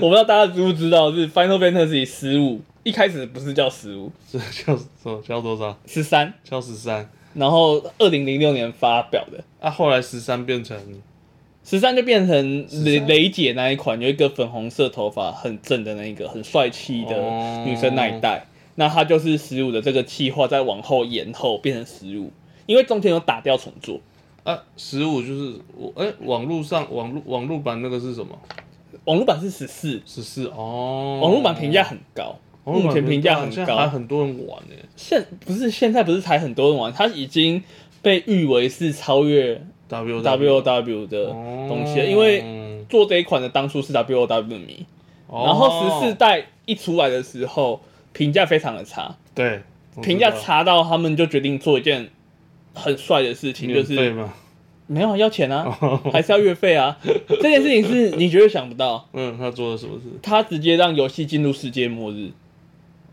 Speaker 2: 我不知道大家知不知道，是 Final Fantasy 十五一开始不是叫十五，
Speaker 1: 这叫什么？叫多少？
Speaker 2: 十三，
Speaker 1: 叫十三
Speaker 2: 然后二零零六年发表的。
Speaker 1: 啊？后来十三变成
Speaker 2: 十三就变成雷
Speaker 1: 13
Speaker 2: 雷姐那一款，有一个粉红色头发很正的那一个很帅气的
Speaker 1: 哦
Speaker 2: 女生那一代。那她就是十五的这个计划再往后延后变成十五，因为中间有打掉重做。
Speaker 1: 啊十五，15就是我哎、网络上网络网络版那个是什么？
Speaker 2: 网络版是十四，
Speaker 1: 十四哦，
Speaker 2: 网络版评价很高，
Speaker 1: 网络
Speaker 2: 目
Speaker 1: 版
Speaker 2: 前评价
Speaker 1: 好像
Speaker 2: 很
Speaker 1: 还
Speaker 2: 高。
Speaker 1: 很多人玩呢、
Speaker 2: 现不是现在不是才很多人玩，它已经被誉为是超越
Speaker 1: W 哦
Speaker 2: W O W 的东西了，啊因为
Speaker 1: 为
Speaker 2: 做这一款的当初是 W O W 迷，
Speaker 1: 哦
Speaker 2: 然后十四代一出来的时候，评价非常的差，
Speaker 1: 对我知道
Speaker 2: 评价差到他们就决定做一件很帅的事情，就
Speaker 1: 免费
Speaker 2: 是
Speaker 1: 嘛，
Speaker 2: 没有要钱啊，
Speaker 1: 哦
Speaker 2: 还是要月费啊。 这件事情是你绝对想不到，
Speaker 1: 嗯，他做了什么事？
Speaker 2: 他直接让游戏进入世界末日。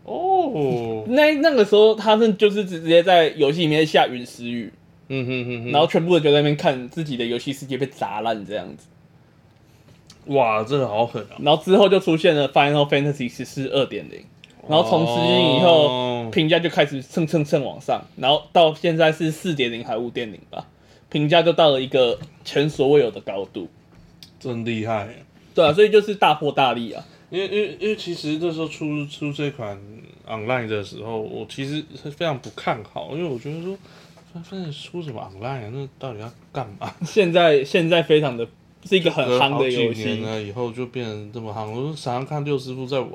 Speaker 1: 哦，
Speaker 2: 那那个时候，他们就是直接在游戏里面下陨石雨，
Speaker 1: 嗯哼哼哼，
Speaker 2: 然后全部人就在那边看自己的游戏世界被砸烂这样子。
Speaker 1: 哇，这个好狠啊！
Speaker 2: 然后之后就出现了 Final Fantasy 十四二点零，然后从此以后
Speaker 1: 哦
Speaker 2: 评价就开始蹭蹭蹭往上，然后到现在是四点零还五点零吧，评价就到了一个前所未有的高度。
Speaker 1: 真厉害。
Speaker 2: 对啊，所以就是大破大立啊。
Speaker 1: 因为因为因为其实那时候出出这款 online 的时候，我其实是非常不看好，因为我觉得说，反正出什么 online 啊，那到底要干嘛？
Speaker 2: 现在现在非常的是一个很夯
Speaker 1: 好
Speaker 2: 的
Speaker 1: 几
Speaker 2: 游
Speaker 1: 年
Speaker 2: 戏，
Speaker 1: 了以后就变成这么夯，我就常常看六师傅在玩，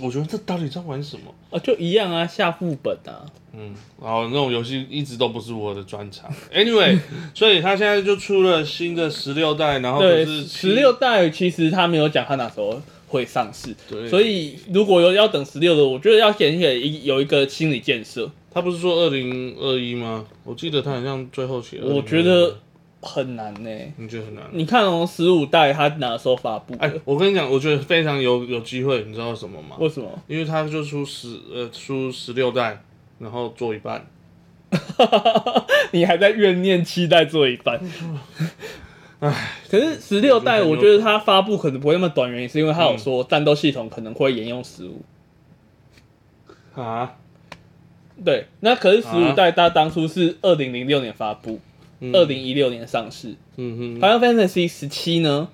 Speaker 1: 我觉得这到底在玩什么？
Speaker 2: 啊，就一样啊，下副本啊，
Speaker 1: 嗯，然后那种游戏一直都不是我的专长。Anyway，所 以他现在就出了新的十六代，然后
Speaker 2: 对，
Speaker 1: 就是
Speaker 2: 十六代其实他没有讲他哪时候会上市，
Speaker 1: 对
Speaker 2: 所以如果有要等十六的，我觉得要先给一有一个心理建设。
Speaker 1: 他不是说二零二一吗？我记得他好像最后写2021，
Speaker 2: 我觉得很难呢、
Speaker 1: 你觉得很难。
Speaker 2: 你看哦，十五代它哪时候发布的？
Speaker 1: 哎，我跟你讲，我觉得非常有有机会，你知道为什么吗？
Speaker 2: 为什么？
Speaker 1: 因为他就出十呃出十六代，然后做一半，
Speaker 2: 你还在怨念期待做一半？可是十六代，我
Speaker 1: 我觉得很有
Speaker 2: 觉得它发布可能不会那么短，原因是因为它有说战斗系统可能会沿用十五。
Speaker 1: 啊，
Speaker 2: 对，那可是十五
Speaker 1: 啊
Speaker 2: 代它当初是二零零六年发布，二零一六年上市。
Speaker 1: 嗯哼，
Speaker 2: Final Fantasy 十七呢，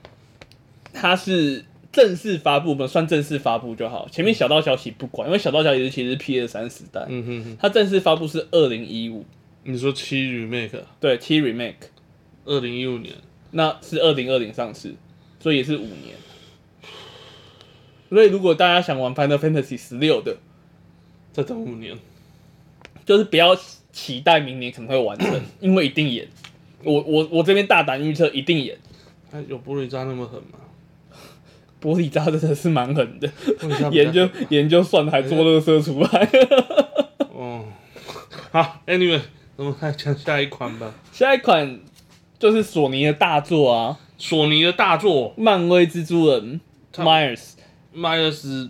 Speaker 2: 它是正式发布，我们算正式发布就好，前面小道消息不管，因为小道消息其实是 PS 三时代。
Speaker 1: 嗯哼哼，
Speaker 2: 它正式发布是二零一五，
Speaker 1: 你说七 remake，
Speaker 2: 对七 remake，
Speaker 1: 二零一五年，
Speaker 2: 那是二零二零上市，所以也是五年。所以如果大家想玩 Final Fantasy 十六的，
Speaker 1: 再等五年，
Speaker 2: 就是不要期待明年可能会完成，因为一定演。我我我这边大胆预测，一定演。
Speaker 1: 哎，有玻璃渣那么狠吗？
Speaker 2: 玻璃渣真的是蛮狠的，
Speaker 1: 问一下
Speaker 2: 研究研究算了还做乐色出来。
Speaker 1: 哦，好，Anyway，我们来讲下一款吧。
Speaker 2: 下一款就是索尼的大作啊，
Speaker 1: 索尼的大作
Speaker 2: 漫威蜘蛛人
Speaker 1: 他
Speaker 2: Myers
Speaker 1: ，Miles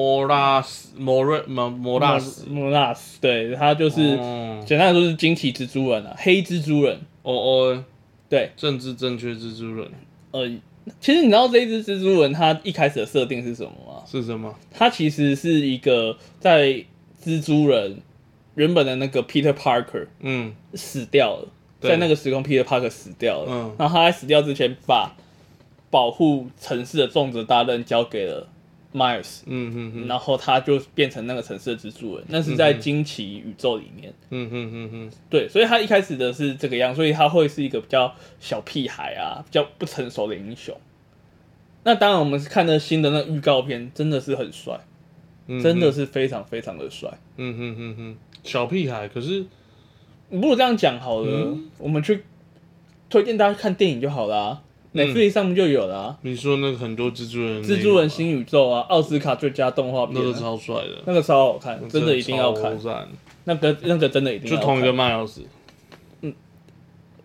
Speaker 1: Morales Mor 莫莫拉斯，
Speaker 2: 莫拉斯，对他就是
Speaker 1: 哦
Speaker 2: 简单来说是惊奇蜘蛛人啊，黑蜘蛛人。
Speaker 1: 哦哦，
Speaker 2: 对，
Speaker 1: 政治正确蜘蛛人
Speaker 2: 呃，其实你知道这一只蜘蛛人它一开始的设定是什么吗？
Speaker 1: 是什么？
Speaker 2: 它其实是一个在蜘蛛人原本的那个 Peter Parker
Speaker 1: 嗯
Speaker 2: 死掉了，
Speaker 1: 对
Speaker 2: 在那个时空 Peter Parker 死掉了。
Speaker 1: 嗯
Speaker 2: 然后他在死掉之前把保护城市的重责大任交给了 Miles。
Speaker 1: 嗯嗯嗯
Speaker 2: 然后他就变成那个城市的蜘蛛人，那是在惊奇宇宙里面，
Speaker 1: 嗯嗯嗯嗯，
Speaker 2: 对，所以他一开始的是这个样，所以他会是一个比较小屁孩啊，比较不成熟的英雄。那当然，我们是看了新的那预告片，真的是很帅，
Speaker 1: 嗯
Speaker 2: 真的，是非常非常的帅。
Speaker 1: 嗯嗯嗯嗯，小屁孩，可是
Speaker 2: 你不如这样讲好了，
Speaker 1: 嗯
Speaker 2: 我们去推荐大家看电影就好啦、
Speaker 1: 嗯
Speaker 2: Netflix 上面就有啦、
Speaker 1: 你说那个很多蜘蛛人，
Speaker 2: 蜘蛛人新宇宙》啊，奥斯卡最佳动画片、
Speaker 1: 那个
Speaker 2: 啊，
Speaker 1: 超帅的，
Speaker 2: 那个超好看， 真的一定要
Speaker 1: 超
Speaker 2: 看，
Speaker 1: 赞
Speaker 2: 那个那个真的一定
Speaker 1: 就
Speaker 2: 要看。
Speaker 1: 同一个 Miles，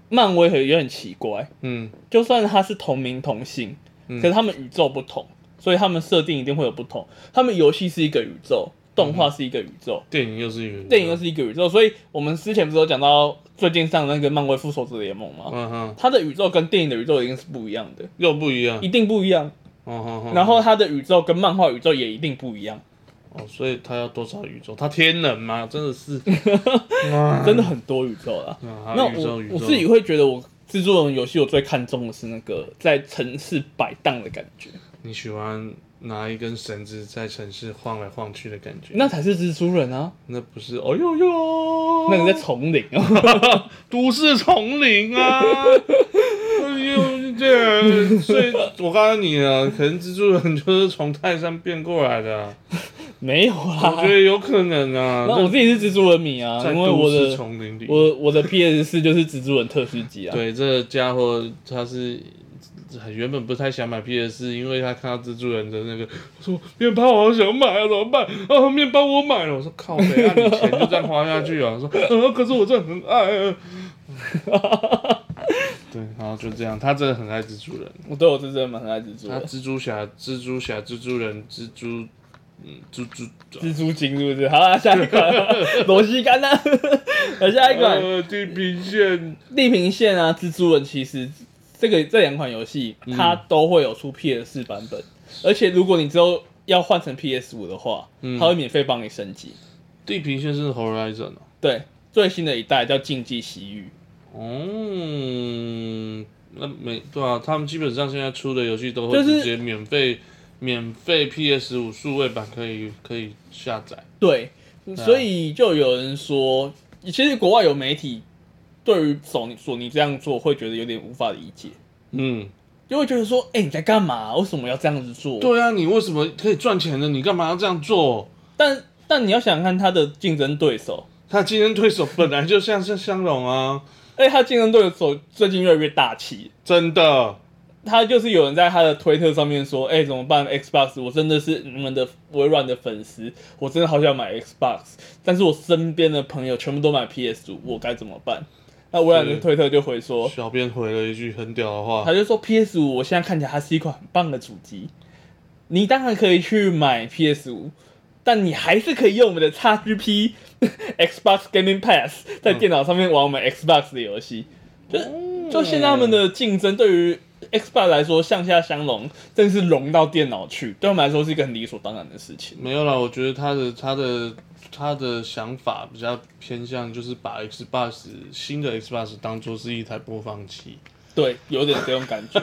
Speaker 2: 漫威很也很奇怪，
Speaker 1: 嗯
Speaker 2: 就算它是同名同姓，
Speaker 1: 嗯
Speaker 2: 可是他们宇宙不同，所以他们设定一定会有不同。他们游戏是一个宇宙，动画是一个宇宙，
Speaker 1: 电影又是一个
Speaker 2: 电影又是一个宇宙，所以我们之前不是有讲到最近上那个漫威复仇者联盟吗？
Speaker 1: 嗯哼
Speaker 2: 它的宇宙跟电影的宇宙一定是不一样的，
Speaker 1: 又不一样
Speaker 2: 一，定不一样。
Speaker 1: 嗯哼哼，
Speaker 2: 然后它的宇宙跟漫画宇宙也一定不一样，
Speaker 1: 哦，所以他要多少宇宙？他天能吗？真的 是，
Speaker 2: 真的很多宇宙啦。
Speaker 1: 那
Speaker 2: 那
Speaker 1: 嗯啊宇宙
Speaker 2: 我
Speaker 1: 宇宙
Speaker 2: 我自己会觉得我。制作人游戏我最看重的是那个在城市摆荡的感觉，
Speaker 1: 你喜欢拿一根绳子在城市晃来晃去的感觉？
Speaker 2: 那才是蜘蛛人啊，
Speaker 1: 那不是哦呦呦，
Speaker 2: 那个在丛林啊。
Speaker 1: 都市丛林 啊！哎呦，这所以我告诉你啊，可能蜘蛛人就是从泰山变过来的 啊、
Speaker 2: 没有
Speaker 1: 我觉
Speaker 2: 啦，
Speaker 1: 得有可能啊。
Speaker 2: 那我自己是蜘蛛人迷啊，
Speaker 1: 在
Speaker 2: 因为
Speaker 1: 都
Speaker 2: 我
Speaker 1: 市
Speaker 2: 的
Speaker 1: 丛林里，
Speaker 2: 我我的 PS 四就是蜘蛛人特需机啊。
Speaker 1: 对这家伙他是原本不太想买 PS，因为他看到蜘蛛人的那个，我说面包我好想买啊，怎么办？啊，面包我买了，我说靠北啊，你钱就这样花下去啊。我说呃，可是我真的很爱、啊。对，然后就这样，他真的很爱蜘蛛人。
Speaker 2: 我对我是真的蛮爱蜘蛛
Speaker 1: 他
Speaker 2: 的，
Speaker 1: 蜘蛛侠、蜘蛛侠、蜘蛛人、蜘蛛，嗯，蜘蛛，
Speaker 2: 蜘蛛精是不是？好啦，下一款 罗西干呢？好， 下一款
Speaker 1: 呃，地平线，
Speaker 2: 地平线啊，蜘蛛人其实这个这两款游戏
Speaker 1: 嗯
Speaker 2: 它都会有出 PS 四版本，而且如果你之后要换成 PS 五的话，
Speaker 1: 嗯
Speaker 2: 它会免费帮你升级。
Speaker 1: 地平线是 Horizon 哦。
Speaker 2: 对，最新的一代叫竞技西域。
Speaker 1: 哦，那没对啊，他们基本上现在出的游戏都会
Speaker 2: 就是
Speaker 1: 直接免费、免费 PS 五数位版可以可以下载。
Speaker 2: 对，所以就有人说，其实国外有媒体对于索尼索尼这样做，会觉得有点无法理解，
Speaker 1: 嗯，
Speaker 2: 就会觉得说，哎、你在干嘛？为什么要这样子做？，
Speaker 1: 对啊，你为什么可以赚钱的？你干嘛要这样做？
Speaker 2: 但但你要想想看他的竞争对手，
Speaker 1: 他竞争对手本来就像是香龙啊，
Speaker 2: 哎，他竞争对手最近越来越大气。
Speaker 1: 真的。
Speaker 2: 他就是有人在他的推特上面说：“哎、怎么办？Xbox，我真的是你们的微软的粉丝，我真的好想买 Xbox，但是我身边的朋友全部都买 PS 五，我该怎么办？”那微软的
Speaker 1: 是
Speaker 2: 推特就回说：“
Speaker 1: 小编回了一句很屌的
Speaker 2: 他
Speaker 1: 话，
Speaker 2: 就说 PS 五，我现在看起来它是一款很棒的主机，你当然可以去买 PS 五，但你还是可以用我们的 XGP Xbox Gaming Pass 在电脑上面玩我们 Xbox 的游戏。
Speaker 1: 哦
Speaker 2: 就现在他们的竞争对于 Xbox 来说向下相融，真是融到电脑去，对他们来说是一个很理所当然的事情。
Speaker 1: 没有啦，我觉得他的他的他的想法比较偏向就是把 Xbox 新的 Xbox 当做是一台播放器，
Speaker 2: 对，有点这种感觉。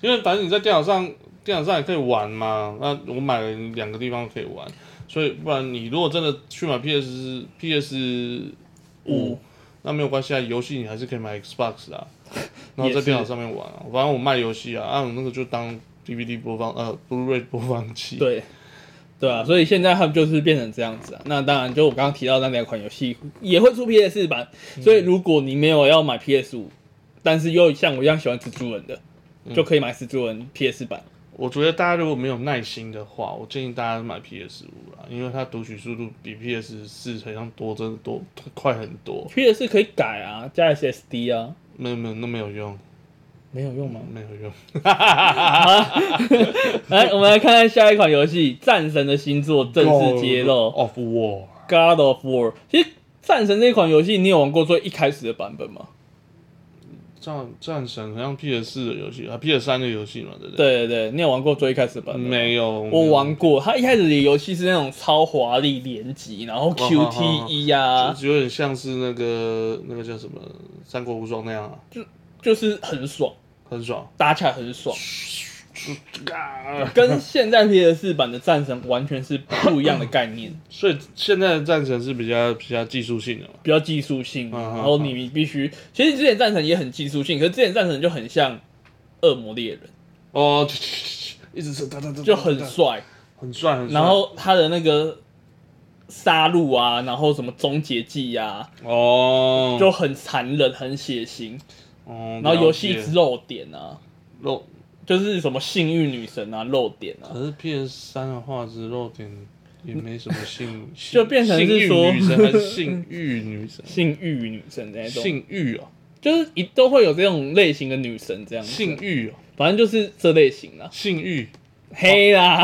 Speaker 1: 因为反正你在电脑上电脑上也可以玩嘛。那我买了两个地方可以玩，所以不然你如果真的去买 PS PS 五，那没有关系啊，游戏你还是可以买 Xbox 啊，然后在电脑上面玩啊。反正我卖游戏啊，啊我那个就当 DVD 播放呃 Blu-ray 播放器。
Speaker 2: 对，对啊，所以现在他们就是变成这样子啊。那当然，就我刚刚提到那两款游戏也会出 PS 版，所以如果你没有要买 PS 五，但是又像我一样喜欢蜘蛛人的，就可以买蜘蛛人 PS 版。
Speaker 1: 我觉得大家如果没有耐心的话，我建议大家买 PS 五啦，因为它读取速度比 PS 四好像多，真的多快很多。
Speaker 2: PS 可以改啊，加 SSD 啊，
Speaker 1: 没有没有，那没有用，
Speaker 2: 没有用吗？
Speaker 1: 没有用。
Speaker 2: 啊 来，我们来看看下一款游戏《战神》的新作正式揭露，《
Speaker 1: of War，
Speaker 2: God of War》。其实《战神》这款游戏，你有玩过最一开始的版本吗？
Speaker 1: 战战神好像 PS 四的游戏啊，PS 三的游戏嘛，对不对？
Speaker 2: 对对对，你有玩过最一开始的版本吗？
Speaker 1: 没有，
Speaker 2: 我玩过，它一开始的游戏是那种超华丽连击，然后
Speaker 1: 哦好好
Speaker 2: QTE 啊，
Speaker 1: 就有点像是那个那个叫什么《三国无双》那样啊，
Speaker 2: 就是很爽，
Speaker 1: 很爽。
Speaker 2: 打起来很爽，
Speaker 1: 啊
Speaker 2: 跟现在 PS 四版的战神完全是不一样的概念，
Speaker 1: 所以现在的战神是比较比较技术性的嘛，
Speaker 2: 比较技术 性，
Speaker 1: 嗯
Speaker 2: 然后你必须，其实之前战神也很技术性，可是之前战神就很像恶魔猎人，
Speaker 1: 哦，一直是哒哒哒哒哒
Speaker 2: 就很帅，
Speaker 1: 很帅很帅。
Speaker 2: 然后他的那个杀戮啊，然后什么终结技啊，
Speaker 1: 哦，
Speaker 2: 就很残忍、很血腥，
Speaker 1: 哦，
Speaker 2: 然后游戏一
Speaker 1: 了
Speaker 2: 直
Speaker 1: 解
Speaker 2: 漏点啊。
Speaker 1: 漏，
Speaker 2: 就是什么幸运女神啊、漏点啊，
Speaker 1: 可是 PS 三的画质漏点也没什么性，性
Speaker 2: 就变成是
Speaker 1: 性
Speaker 2: 说，
Speaker 1: 欲女神还是性欲女神
Speaker 2: 性欲女神那种，
Speaker 1: 性欲哦，
Speaker 2: 就是一都会有这种类型的女神这样子，
Speaker 1: 性哦欲哦，
Speaker 2: 反正嗯就是这类型啦，
Speaker 1: 性 欲，
Speaker 2: 黑啦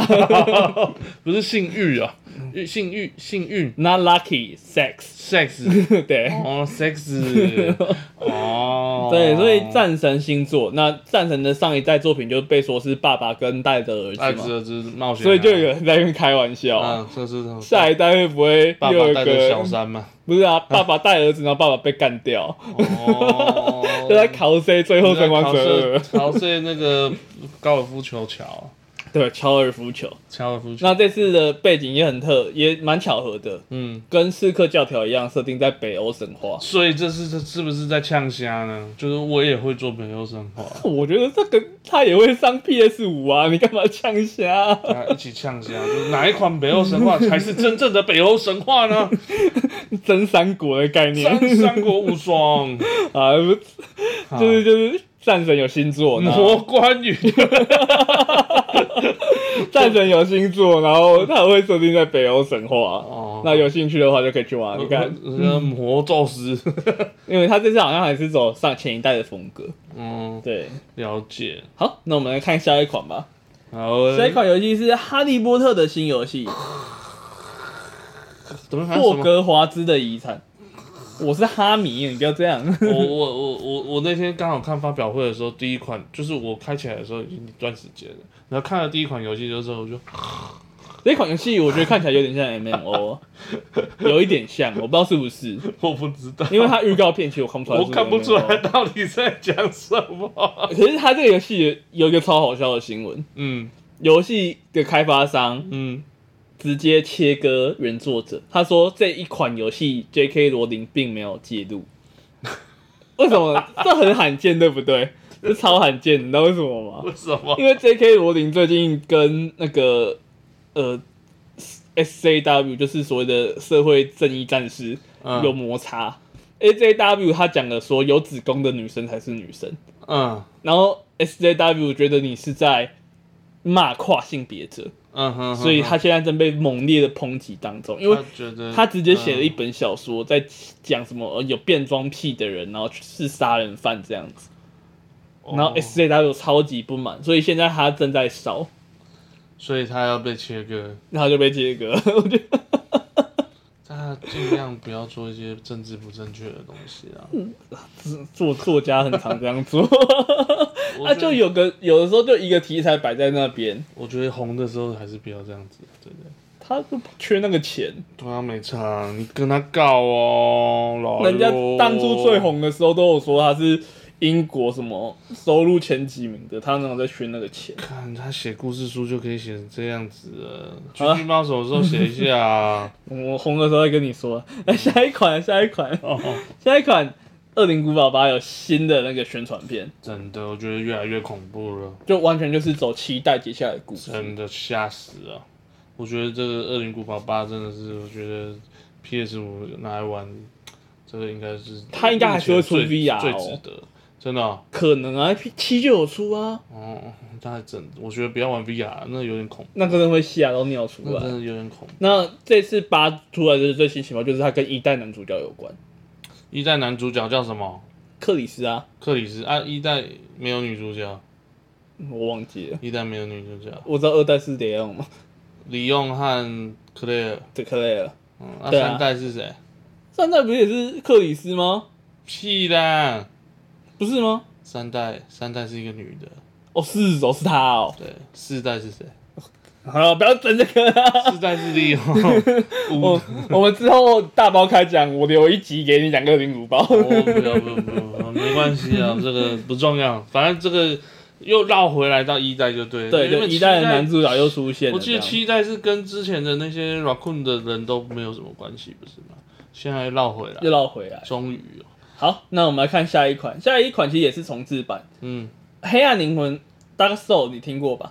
Speaker 1: 不是性欲啊，欲性欲性欲
Speaker 2: ，Not lucky sex，
Speaker 1: ，sex
Speaker 2: 对。
Speaker 1: 哦，sex 哦，
Speaker 2: 对，所以战神星座，那战神的上一代作品就被说是爸爸跟戴的儿
Speaker 1: 爱
Speaker 2: 子嘛，
Speaker 1: 这只冒险啊，
Speaker 2: 所以就有人在那边开玩笑啊、
Speaker 1: 啊，这是
Speaker 2: 下一代会不会
Speaker 1: 爸
Speaker 2: 又有
Speaker 1: 爸带
Speaker 2: 一
Speaker 1: 着小
Speaker 2: 个
Speaker 1: 三 嘛，
Speaker 2: 不是啊？爸爸带儿子，然后爸爸被干 掉，，
Speaker 1: 哦
Speaker 2: 就在考 C 最后
Speaker 1: 考
Speaker 2: 生还者二，
Speaker 1: 考试那个高尔夫球桥，
Speaker 2: 对，高尔夫球。
Speaker 1: 高尔夫球，
Speaker 2: 那这次的背景也很特，也蛮巧合的，
Speaker 1: 嗯，
Speaker 2: 跟《刺客教条》一样，设定在北欧神话。
Speaker 1: 所以这是这是不是在呛虾呢？就是我也会做朋友生活，啊
Speaker 2: 我觉得这个他也会上 PS 五啊，你干嘛呛啊虾？
Speaker 1: 大家一起呛虾，就是哪一款北欧神话才是真正的北欧神话 呢？
Speaker 2: 真三国的概念
Speaker 1: 三三国无 双，
Speaker 2: 啊，不就是就是战神有星座，然
Speaker 1: 魔
Speaker 2: 后
Speaker 1: 关羽，
Speaker 2: 战神有星座，然后他会设定在北欧神话。啊
Speaker 1: 哦
Speaker 2: 那有兴趣的话就可以去玩，你看，
Speaker 1: 那呃魔咒师，
Speaker 2: 因为他这次好像还是走上前一代的风格。
Speaker 1: 嗯，
Speaker 2: 对，
Speaker 1: 了解。
Speaker 2: 好，那我们来看下一款吧。
Speaker 1: 好，
Speaker 2: 下一款游戏是《哈利波特》的新游戏《
Speaker 1: 怎么还啊有什
Speaker 2: 霍
Speaker 1: 么？
Speaker 2: 格华兹的遗产》。我是哈迷，你不要这样。
Speaker 1: 我我我我我那天刚好看发表会的时候，第一款就是我开起来的时候已经一段时间了，然后看了第一款游戏的时候，我就
Speaker 2: 这款游戏我觉得看起来有点像 M M O，有一点像，我不知道是不是，
Speaker 1: 我不知 道，
Speaker 2: 因为它预告片其实我看不出来。
Speaker 1: 我看不出来。到底在讲什么。
Speaker 2: 可是它这个游戏有一个超好笑的新闻，
Speaker 1: 嗯
Speaker 2: 游戏的开发商
Speaker 1: 嗯，
Speaker 2: 直接切割原作者，他说这一款游戏 J K 罗琳并没有 介入。为什么？这很罕见，对不对？这超罕见，你知道为什么吗？
Speaker 1: 为什么？
Speaker 2: 因为 J.K. 罗琳最近跟那个呃 S.J.W. 就是所谓的社会正义战士
Speaker 1: 嗯
Speaker 2: 有摩擦。A.J.W. 他讲了说有子宫的女生才是女生，
Speaker 1: 嗯
Speaker 2: 然后 S.J.W. 觉得你是在骂跨性别者，
Speaker 1: 嗯哼，
Speaker 2: 所以他现在正被猛烈的抨击当中，因为
Speaker 1: 他嗯觉得
Speaker 2: 他直接写了一本小说，在讲什么呃有变装癖的人，然后是杀人犯这样子。
Speaker 1: 嗯
Speaker 2: 然后
Speaker 1: 哦
Speaker 2: S.J.W. 超级不满，所以现在他正在烧。
Speaker 1: 所以他要被切割，
Speaker 2: 然后就被切割。 我觉得
Speaker 1: 他尽量不要做一些政治不正确的东西啊。
Speaker 2: 嗯作作家很常这样 做，
Speaker 1: 我觉得
Speaker 2: 啊，就有个有的时候就一个题材摆在那边，
Speaker 1: 我觉得红的时候还是不要这样子，对不对？
Speaker 2: 他就缺那个钱。
Speaker 1: 对啊，没差，你跟他告哦，老
Speaker 2: 人家
Speaker 1: 哟
Speaker 2: 当初最，红的时候都有说他是英国什么收入前几名的，他那种在缺那个钱。
Speaker 1: 看他写故事书就可以写成这样子了。
Speaker 2: 啊
Speaker 1: 橘皮猫什么时候写一下 啊？
Speaker 2: 我红的时候再跟你说。 哎，下一款，下一款，
Speaker 1: 哦，
Speaker 2: 下一款，《恶灵古堡八》有新的那个宣传片，
Speaker 1: 真的，我觉得越来越恐怖了，
Speaker 2: 就完全就是走期待接下来的故事。
Speaker 1: 真的吓死了。我觉得这个《恶灵古堡八》真的是，我觉得 PS 五拿来玩，这个应该是
Speaker 2: 它应该还是会出
Speaker 1: 目前最
Speaker 2: VR
Speaker 1: 最
Speaker 2: 哦
Speaker 1: 值得，真的哦。
Speaker 2: 可能啊，七就有出啊，
Speaker 1: 哦，那还真，我觉得不要玩 VR，那有点恐，
Speaker 2: 那个人会吓到尿出
Speaker 1: 那
Speaker 2: 来
Speaker 1: 真。的有点恐怖。
Speaker 2: 那这次八出来的最新情报就是它跟一代男主角有关，
Speaker 1: 一代男主角叫什么？
Speaker 2: 克里斯啊，
Speaker 1: 克里斯啊，一代没有女主角，
Speaker 2: 我忘记了，
Speaker 1: 一代没有女主角，
Speaker 2: 我知道二代是雷昂嘛，
Speaker 1: 李用和克莱尔，
Speaker 2: 对克雷尔，
Speaker 1: 嗯，那、
Speaker 2: 对啊
Speaker 1: 三代是谁？
Speaker 2: 三代不是也是克里斯吗？
Speaker 1: 屁啦，
Speaker 2: 不是吗？
Speaker 1: 三代三代是一个女的，
Speaker 2: 哦，是哦，是他哦。
Speaker 1: 对，四代是谁？
Speaker 2: 好了，不要整这个啦。
Speaker 1: 四代是李用，五，
Speaker 2: 我我们之后大包开讲，我留一集给你讲个零五包。
Speaker 1: 哦，不要不要不要不要，没关系啊，这个不重要，反正这个又绕回来到一代就对了，
Speaker 2: 对，
Speaker 1: 因
Speaker 2: 就
Speaker 1: 为
Speaker 2: 一代的男
Speaker 1: 七。
Speaker 2: 主角又出现了。
Speaker 1: 我记得
Speaker 2: 这样
Speaker 1: 七代是跟之前的那些 Raccoon 的人都没有什么关系，不是吗？现在绕回来，
Speaker 2: 又绕回来。
Speaker 1: 终于哦，
Speaker 2: 好，那我们来看下一款，下一款其实也是重置版
Speaker 1: 嗯。
Speaker 2: 《黑暗灵魂》（Dark Soul），你听过吧？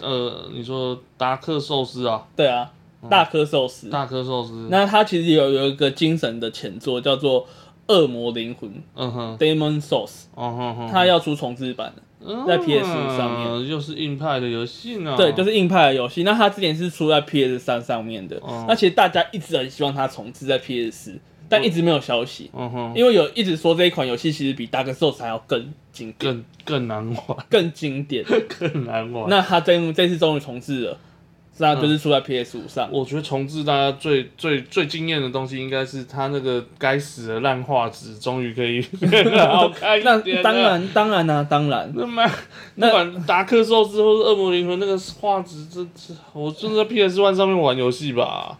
Speaker 1: 呃，你说达克寿司啊，
Speaker 2: 对啊，大颗寿司。
Speaker 1: 大颗寿司，
Speaker 2: 那它其实有有一个精神的前作叫做《恶魔灵魂
Speaker 1: 嗯哼，》
Speaker 2: （Demon Souls），
Speaker 1: 嗯哼哼，
Speaker 2: 它要出重置版了。在 PS5 上面
Speaker 1: 面又是硬派的游戏呢，
Speaker 2: 对，就是硬派的游戏。那它之前是出在 PS 三上面的，
Speaker 1: 哦
Speaker 2: 那其实大家一直很希望它重置在 PS 四，但一直没有消息，
Speaker 1: 嗯哼，
Speaker 2: 因为有一直说这一款游戏其实比 Dark Souls 还要更经典、
Speaker 1: 更更难玩，
Speaker 2: 更经典。
Speaker 1: 更难玩。
Speaker 2: 那他这这次终于重置了，那就是出在 PS 五上。
Speaker 1: 我觉得重置大家最最最惊艳的东西，应该是它那个该死的烂画质，终于可以 变得好看一
Speaker 2: 那
Speaker 1: 点了
Speaker 2: 当，然，当然啊，当然，
Speaker 1: 那么不管达克兽之后是恶魔灵魂，那个画质真是，我真的在 PS One 上面玩游戏吧，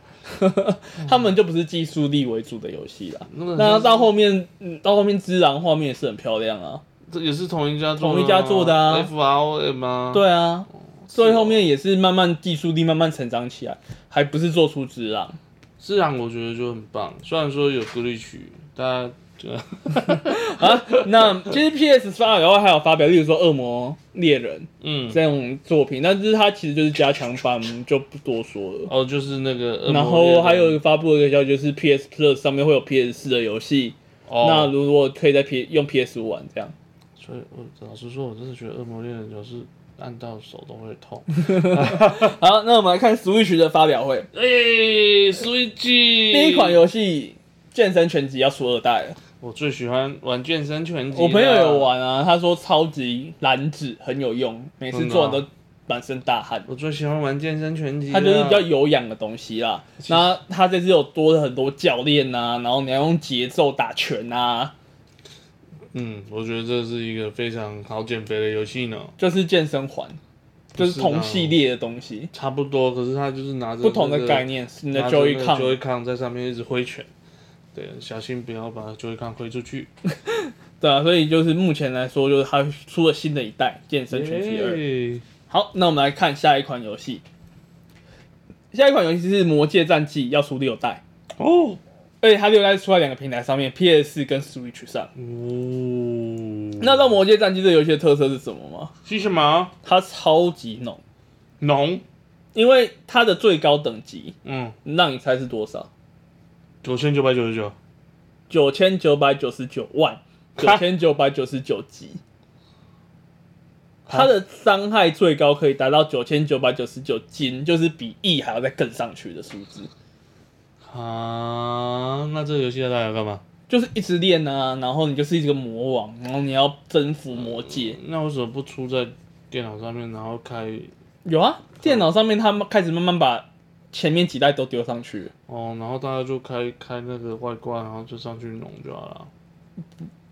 Speaker 2: 他们就不是技术力为主的游戏啦。
Speaker 1: 那个
Speaker 2: 那到后面，嗯，到后面《之狼》画面也是很漂亮啊。
Speaker 1: 这也是同一家做的啊
Speaker 2: 同一家做的啊
Speaker 1: ，F R O M 啊，，
Speaker 2: 对啊，
Speaker 1: 哦
Speaker 2: 所以后面也是慢慢技术力慢慢成长起来，还不是做出《之狼》。
Speaker 1: 自然我觉得就很棒，虽然说有歌律曲，但
Speaker 2: 啊 那其实 PS 发表后还有发表，例如说《恶魔猎人
Speaker 1: 嗯》，
Speaker 2: 这种作品，但是它其实就是加强版，我们就不多说了。
Speaker 1: 哦就是那个恶魔猎人，
Speaker 2: 然后还有发布的一个消息，就是 PS Plus 上面会有 PS 四的游戏，
Speaker 1: 哦
Speaker 2: 那如果可以在 P 用 PS 五玩这样，
Speaker 1: 所以我老实说，我真的觉得恶魔猎人就是按到手都会 痛。
Speaker 2: 好，那我们来看 Switch 的发表会，
Speaker 1: 哎、s w i t c h
Speaker 2: 第一款，游戏《健身拳击》要出二代了，
Speaker 1: 我最喜欢玩健身拳击。
Speaker 2: 我朋友有，玩啊，他说超级燃脂很有用，每次做完
Speaker 1: 真的
Speaker 2: 都满身大汗。
Speaker 1: 我最喜欢玩健身拳击。
Speaker 2: 它就是比较，有氧的东西啦，那它这次有多了很多教练啊，然后你要用节奏打拳啊，
Speaker 1: 嗯，我觉得这是一个非常好减肥的游戏呢。
Speaker 2: 就是健身环，就是同系列的东西。
Speaker 1: 差不多，可是他就是拿着、
Speaker 2: 不同的概，念，你的
Speaker 1: 拿着
Speaker 2: Joy
Speaker 1: 那
Speaker 2: Con
Speaker 1: 个 Joy-Con 在上面一直挥拳。对，小心不要把 Joy-Con 挥出去。
Speaker 2: 对啊，所以就是目前来说，就是它出了新的一代《健身拳击二》。
Speaker 1: 耶
Speaker 2: 好，那我们来看下一款游戏。下一款游戏是《魔界战记》，要出六代，
Speaker 1: 哦，
Speaker 2: 而且它六代出在两个平台上面，PS 跟 Switch 上。
Speaker 1: 嗯哦，
Speaker 2: 那知道《魔界战记》这个游戏的特色是什么吗？
Speaker 1: 是什么？
Speaker 2: 它超级浓，
Speaker 1: 浓，
Speaker 2: 因为它的最高等级，
Speaker 1: 嗯，
Speaker 2: 让你猜是多少？
Speaker 1: 九千九百九十九，
Speaker 2: 九千九百九十九万九千九百九十九级，它的伤害最高可以达到九千九百九十九斤，就是比亿还要再更上去的数字。
Speaker 1: 啊，那这个游戏要大家干嘛？
Speaker 2: 就是一直练啊，然后你就是一个魔王，然后你要征服魔界。
Speaker 1: 那为什么不出在电脑上面，然后开
Speaker 2: 有啊，电脑上面他们开始慢慢把前面几代都丢上去了，
Speaker 1: 哦，然后大家就开开那个外挂，然后就上去弄就好了。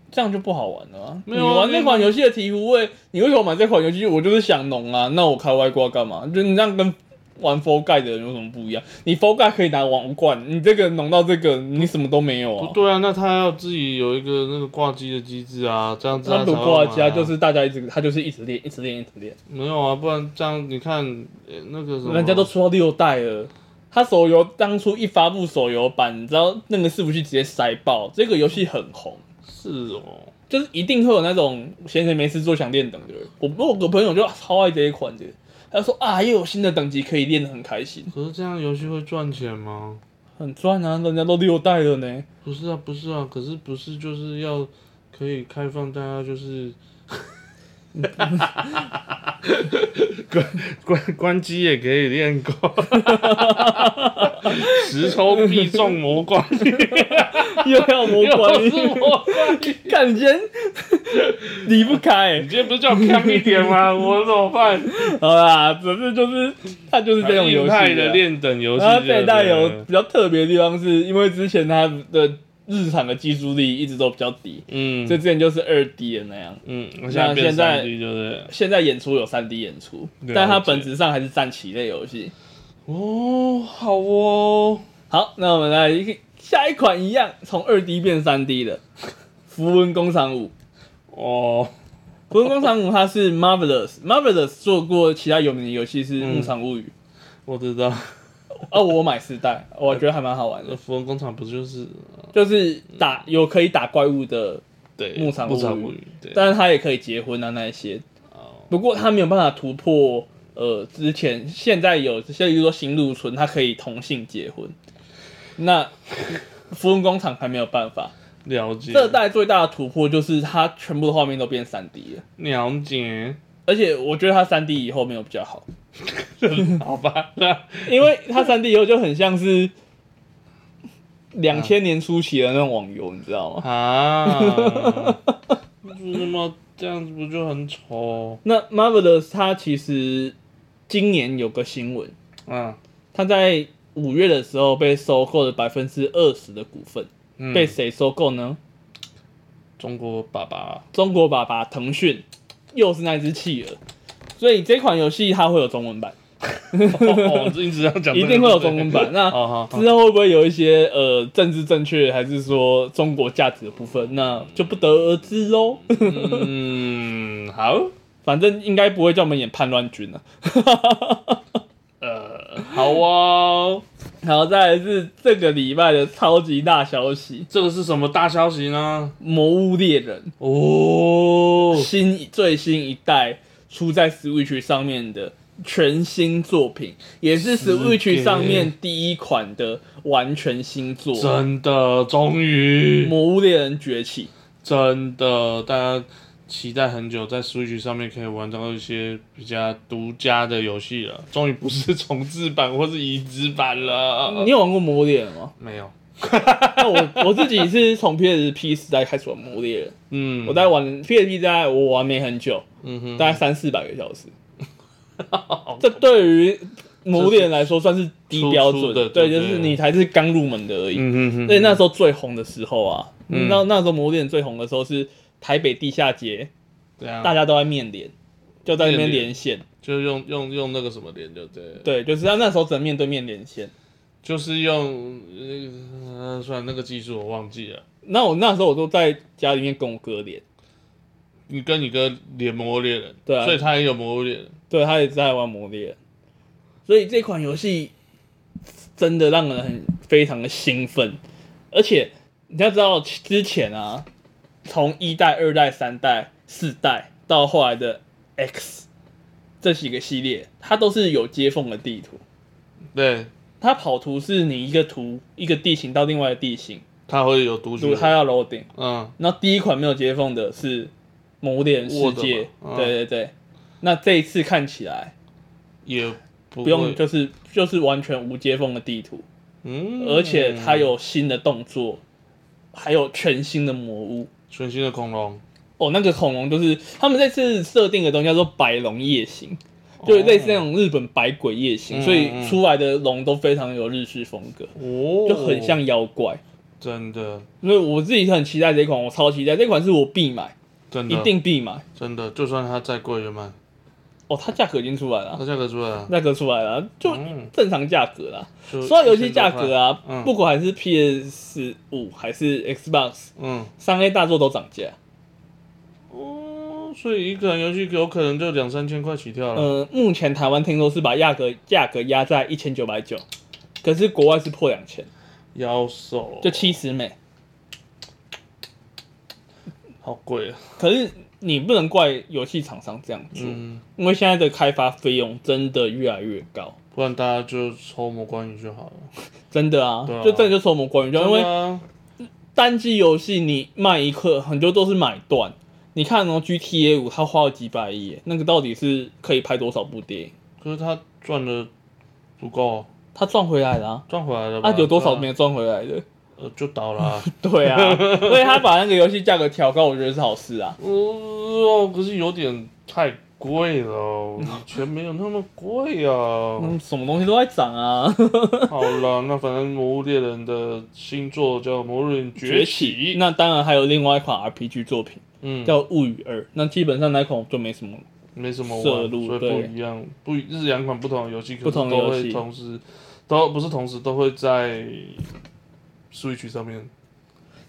Speaker 2: 这样就不好玩了、啊。
Speaker 1: 没
Speaker 2: 你
Speaker 1: 有啊
Speaker 2: 玩
Speaker 1: 因为
Speaker 2: 那款游戏的醍醐味，你为什么买这款游戏？我就是想弄啊，那我开外挂干嘛？就你这样跟玩 f o l g u y 的人有什么不一样？你 f o l g u y 可以拿王冠，你这个弄到这个，你什么都没有
Speaker 1: 不
Speaker 2: 啊。
Speaker 1: 对啊，那他要自己有一个那个挂机的机制啊，这样子
Speaker 2: 那
Speaker 1: 他才
Speaker 2: 不
Speaker 1: 会玩啊
Speaker 2: 挂家就是大家一直，他就是一直练，一直练，一直练。
Speaker 1: 没有啊，不然这样你看呃那个什么，
Speaker 2: 人家都出到六代了。他手游当初一发布手游版，你知道那个伺服器直接塞爆，这个游戏很红，
Speaker 1: 是哦，
Speaker 2: 就是一定会有那种闲着没事做想练等的人。我我有个朋友就超爱这一款的，他说啊，又有新的等级可以练得很开心，
Speaker 1: 可是这样游戏会赚钱吗？
Speaker 2: 很赚啊，人家都六代了呢。
Speaker 1: 不是啊，不是啊，可是不是就是要可以开放大家就是。 关关关机也可以练过，十抽必中魔关，
Speaker 2: 又要魔
Speaker 1: 又
Speaker 2: 关，
Speaker 1: 是魔关。
Speaker 2: 看你今天 离不开、
Speaker 1: 你今天不是叫我强一点吗？我怎么办？
Speaker 2: 好啦，只是就是它就是这种游戏啊
Speaker 1: 派的练等啊游戏
Speaker 2: 然后
Speaker 1: 就对了，
Speaker 2: 这一代有比较特别的地方，是因为之前它的日常的技术力一直都比较低，
Speaker 1: 嗯
Speaker 2: 所以之前就是二 D 的那样。
Speaker 1: 嗯，我现在
Speaker 2: 那
Speaker 1: 变
Speaker 2: 现在
Speaker 1: 三 D 就是
Speaker 2: 现在演出有三 D 演出
Speaker 1: 了解，
Speaker 2: 但它本质上还是战棋类游戏。
Speaker 1: 哦，好哦，
Speaker 2: 好，那我们来一个下一款一样，从二 D 变三 D 的《 符文工厂五》。
Speaker 1: 哦，
Speaker 2: 《符文工厂五》它是 Marvelous，Marvelous 做过其他有名的游戏是《牧场物语
Speaker 1: 我知道，》
Speaker 2: 哦，我买四代，我觉得还蛮好玩的，
Speaker 1: 符文工厂不就是
Speaker 2: 就是打有可以打怪物的，
Speaker 1: 对
Speaker 2: 牧场
Speaker 1: 牧场
Speaker 2: 物
Speaker 1: 物
Speaker 2: 语
Speaker 1: 语，对，
Speaker 2: 但是它也可以结婚啊那一些，
Speaker 1: 哦，
Speaker 2: 不过他没有办法突破，呃，之前现在有像比如说新路村，他可以同性结婚，那符文工厂还没有办法。
Speaker 1: 了解，
Speaker 2: 这代最大的突破就是它全部的画面都变三 D 了，
Speaker 1: 了 解，
Speaker 2: 而且我觉得它三 D 以后没有比较好，
Speaker 1: 好吧，那
Speaker 2: 因为它三 D 以后就很像是两千年初期的那种网游，你知道吗？
Speaker 1: 啊，就是那么这样子不就很丑？
Speaker 2: 那 Marvelous 它其实今年有个新闻，
Speaker 1: 嗯
Speaker 2: 它在五月的时候被收购了百分之二十的股份，
Speaker 1: 嗯，
Speaker 2: 被谁收购呢？
Speaker 1: 中国爸爸
Speaker 2: 中国爸爸腾讯，又是那只企鹅。所以这款游戏它会有中文版，
Speaker 1: 哦，一直要讲这个，
Speaker 2: 一定会有中文版。那
Speaker 1: 哦好，好
Speaker 2: 之后会不会有一些呃政治正确，还是说中国价值的部分，那就不得而知喽。
Speaker 1: 嗯，好，
Speaker 2: 反正应该不会叫我们演叛乱 军了、啊
Speaker 1: 呃，好哦，
Speaker 2: 然后再来是这个礼拜的超级大消息，
Speaker 1: 这个是什么大消息呢？
Speaker 2: 《魔物猎人
Speaker 1: 哦》，
Speaker 2: 新最新一代出在 Switch 上面的全新作品，也是
Speaker 1: 是给
Speaker 2: Switch 上面第一款的完全新作《
Speaker 1: 真的，终于，
Speaker 2: 魔物猎人崛起》。
Speaker 1: 真的，大家期待很久，在 Switch 上面可以玩到一些比较独家的游戏了，终于不是重置版或是移植版了？
Speaker 2: 你。有玩过《魔物猎人》吗
Speaker 1: 没有，
Speaker 2: 那我我自己是从 PSP 时代开始玩《魔物猎人》，
Speaker 1: 嗯，
Speaker 2: 我在玩 PSP 时代，我玩没很久，
Speaker 1: 嗯哼，
Speaker 2: 大概三四百个 小时。这对于魔猎人来说算是低标
Speaker 1: 初
Speaker 2: 准
Speaker 1: 初的
Speaker 2: 对，
Speaker 1: 对
Speaker 2: 就
Speaker 1: 不对
Speaker 2: 是你才是刚入门的而已。
Speaker 1: 嗯哼哼，
Speaker 2: 所以那时候最红的时候啊，
Speaker 1: 嗯
Speaker 2: 那那时候魔猎人最红的时候是台北地下街，
Speaker 1: 对啊，
Speaker 2: 大家都在面连，就在那边
Speaker 1: 面连
Speaker 2: 连线。
Speaker 1: 就用用用那个什么连就对了，
Speaker 2: 对，就是他那时候只能面对面连线。
Speaker 1: 就是用呃，算了那个技术我忘记了。
Speaker 2: 那我那时候我都在家里面跟我哥连，
Speaker 1: 你跟你哥连魔物猎人，
Speaker 2: 对啊
Speaker 1: 所以他也有魔物猎人，
Speaker 2: 对他也在玩魔猎人，所以这款游戏真的让人很非常的兴奋，而且你要知道之前啊，从一代、二代、三代、四代到后来的 X 这几个系列，它都是有接缝的地图，
Speaker 1: 对，
Speaker 2: 它跑图是你一个图一个地形到另外一个地形，
Speaker 1: 他会有独
Speaker 2: 比如
Speaker 1: 角，
Speaker 2: 它要 loading，
Speaker 1: 嗯，
Speaker 2: 那第一款没有接缝的是《魔猎人世界》
Speaker 1: World 嘛嗯
Speaker 2: 对对对，那这一次看起来。
Speaker 1: 也不
Speaker 2: 不用，
Speaker 1: 会，
Speaker 2: 就是就是完全无接缝的地图，
Speaker 1: 嗯，
Speaker 2: 而且它有新的动作，还有全新的魔物。
Speaker 1: 全新的恐龙，
Speaker 2: 哦，那个恐龙就是他们这次设定的东西叫做百龙夜行，就类似那种日本百鬼夜行，
Speaker 1: 哦嗯
Speaker 2: 所
Speaker 1: 嗯
Speaker 2: 以
Speaker 1: 嗯
Speaker 2: 出来的龙都非常有日式风格，
Speaker 1: 哦，
Speaker 2: 就很，像妖怪。
Speaker 1: 真的，
Speaker 2: 所以我自己很期待这一款，我超期待这款是我必买，
Speaker 1: 真的，
Speaker 2: 一定必买。
Speaker 1: 真的，就算它再贵也买，
Speaker 2: 哦，它价格已经出来了
Speaker 1: 它，价格出来了，
Speaker 2: 价格出来了，啊就
Speaker 1: 嗯
Speaker 2: 正常价格啦。
Speaker 1: 就
Speaker 2: 说到游戏价格啊，
Speaker 1: 嗯
Speaker 2: 不管还是 PS 五还是 Xbox，
Speaker 1: 嗯，
Speaker 2: 三 A 大作都涨价。
Speaker 1: 哦，所以一款游戏有可能就两三千块起跳了，
Speaker 2: 呃，目前台湾听说是把价格价格压在一千九百九，可是国外是破两千，
Speaker 1: 妖兽
Speaker 2: 就七十美。
Speaker 1: 好贵啊，
Speaker 2: 可是你不能怪游戏厂商这样做，
Speaker 1: 嗯，
Speaker 2: 因为现在的开发费用真的越来越高，
Speaker 1: 不然大家就抽魔关羽就好了，
Speaker 2: 真的啊，
Speaker 1: 对啊
Speaker 2: 就真的就说我们关于就因为
Speaker 1: 真的啊
Speaker 2: 单机游戏你卖一克，很多都是买断。你看哦，GTA 五它花了几百亿耶，那个到底是可以拍多少部电影？
Speaker 1: 可是他赚的不够，
Speaker 2: 它赚回来了啊，
Speaker 1: 赚回来了吧？
Speaker 2: 啊有多少
Speaker 1: 对啊？
Speaker 2: 没赚回来的？
Speaker 1: 呃，就倒了、 啊。
Speaker 2: 对啊，所以他把那个游戏价格调高，我觉得是好事啊。
Speaker 1: 哦，可是有点太贵了，哦以前没有那么贵啊。
Speaker 2: 嗯，什么东西都在 涨啊。
Speaker 1: 好了，那反正《魔物猎人》的新作叫《魔物猎人崛
Speaker 2: 崛
Speaker 1: 起》，
Speaker 2: 那当然还有另外一款 RPG 作品
Speaker 1: 嗯，
Speaker 2: 叫《物语二》，那基本上那款我就没什么。
Speaker 1: 没什么玩，
Speaker 2: 摄入
Speaker 1: 所以
Speaker 2: 对
Speaker 1: 不一样，不一是两款不同的游戏，可
Speaker 2: 不
Speaker 1: 是
Speaker 2: 同的
Speaker 1: 都
Speaker 2: 游戏
Speaker 1: 会同时，都不是同时都会在 Switch 上面。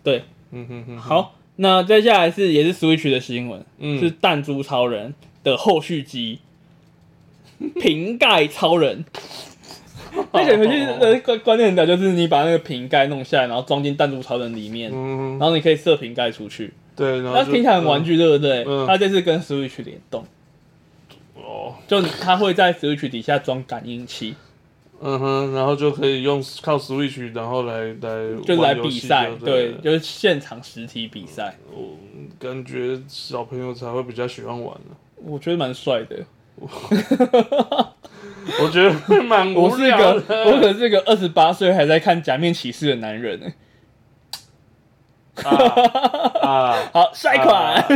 Speaker 2: 对，
Speaker 1: 嗯哼哼，，
Speaker 2: 好，那接下来是也是 Switch 的新闻，
Speaker 1: 嗯，
Speaker 2: 是《弹珠超人》的后续集《瓶盖超 人》。那个游戏的观观念的就是你把那个瓶盖弄下来，然后装进弹珠超人里面，
Speaker 1: 嗯，
Speaker 2: 然后你可以射瓶盖出去。
Speaker 1: 对，然后
Speaker 2: 那
Speaker 1: 就
Speaker 2: 听起来很玩具，对不对
Speaker 1: 嗯？
Speaker 2: 它这次跟 Switch 联动，
Speaker 1: 哦，
Speaker 2: 就你它会在 Switch 底下装感应器，
Speaker 1: 嗯哼，然后就可以用靠 Switch，然后来来
Speaker 2: 就来
Speaker 1: 玩游
Speaker 2: 比
Speaker 1: 戏
Speaker 2: 赛，
Speaker 1: 就对
Speaker 2: 对
Speaker 1: 了，，
Speaker 2: 就是现场实体比赛，
Speaker 1: 我感觉小 朋友才会比较喜欢玩、啊、
Speaker 2: 我觉得蛮帅的。
Speaker 1: 我我觉得会蛮
Speaker 2: 我
Speaker 1: 无
Speaker 2: 是一
Speaker 1: 聊
Speaker 2: 个，
Speaker 1: 的。
Speaker 2: 我可是一个二十八岁还在看《假面骑士》的男人呢。
Speaker 1: 啊，啊
Speaker 2: 好，下一款，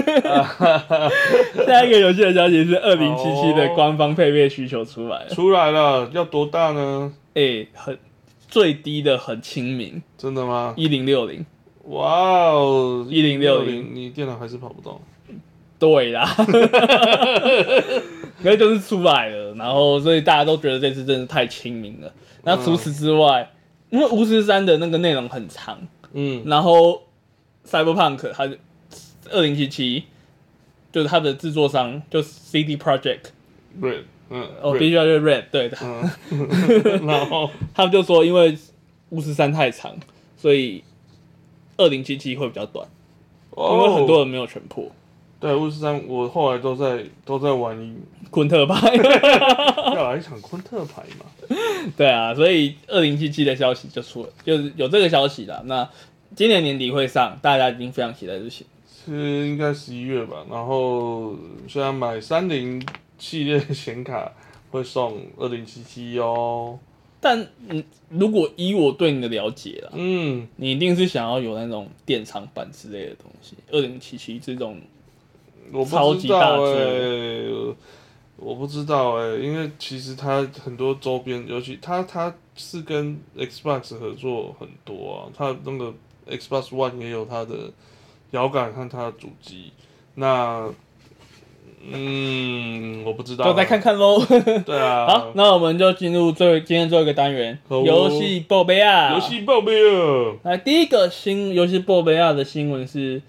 Speaker 2: 下一个游戏的消息是二零七七
Speaker 1: 哦
Speaker 2: 的官方配备需求出来了，
Speaker 1: 出来了，要多大呢？
Speaker 2: 哎、很最低的很亲民，
Speaker 1: 真的吗？
Speaker 2: 一零六零。
Speaker 1: 哇哦，
Speaker 2: 1060
Speaker 1: 你电脑还是跑不动。
Speaker 2: 对啦， 那就是出来了，然后所以大家都觉得这次真的太亲民了。那
Speaker 1: 嗯
Speaker 2: 除此之外，因为巫师三的那个内容很长，
Speaker 1: 嗯
Speaker 2: 然后 Cyberpunk 它二零七七就是它的制作商就是 CD Project
Speaker 1: ，Red，嗯，
Speaker 2: 哦
Speaker 1: Red，
Speaker 2: ，B J Red 对的，
Speaker 1: 嗯， 然后
Speaker 2: 他们就说因为巫师三太长，所以二零七七会比较短，因为很多人没有全破。
Speaker 1: 哦对巫师三，我后来都在都在玩一，
Speaker 2: 昆特吧，
Speaker 1: 要来一场昆特牌嘛。
Speaker 2: 对啊，所以二零七七的消息就出了，就是有这个消息了。那今年年底会上，大家已经非常期待这些。
Speaker 1: 是应该十一月吧。然后现在买三零系列的显卡会送二零七七哦。
Speaker 2: 但嗯，如果以我对你的了解啦，
Speaker 1: 嗯，
Speaker 2: 你一定是想要有那种电厂版之类的东西。二零七七这种，
Speaker 1: 我
Speaker 2: 超
Speaker 1: 不
Speaker 2: 级
Speaker 1: 知
Speaker 2: 大
Speaker 1: 道
Speaker 2: 作
Speaker 1: 哎、我不知道哎、因为其实它很多周边，尤其它它是跟 Xbox 合作很多啊，它那个 Xbox One 也有它的摇杆和它的主机。那嗯，我不知道啊，
Speaker 2: 就再看看喽。
Speaker 1: 对啊，
Speaker 2: 好，那我们就进入最今天最后一个单元——
Speaker 1: 好哦
Speaker 2: 游戏报备啊。
Speaker 1: 游戏报备啊。
Speaker 2: 来，第一个新游戏报备啊的新闻是，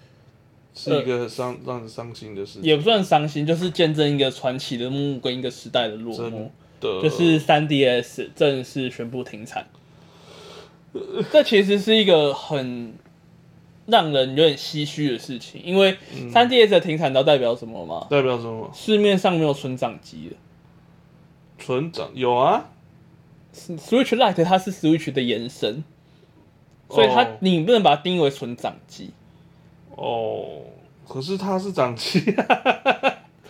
Speaker 1: 是一个伤让人伤心的事情。
Speaker 2: 呃也不算伤心，就是见证一个传奇的幕跟一个时代的落幕
Speaker 1: 真。的，
Speaker 2: 就是3 DS 正式宣布停产。这其实是一个很让人有点唏嘘的事情，因为3
Speaker 1: 嗯
Speaker 2: DS 的停产，你知道代表什么吗？
Speaker 1: 代表什么？
Speaker 2: 市面上没有存档机了。
Speaker 1: 存档有啊，
Speaker 2: Switch Lite 它是 Switch 的延伸，所以它、
Speaker 1: 哦
Speaker 2: 你不能把它定义为存档机。
Speaker 1: 哦，可是它是掌机、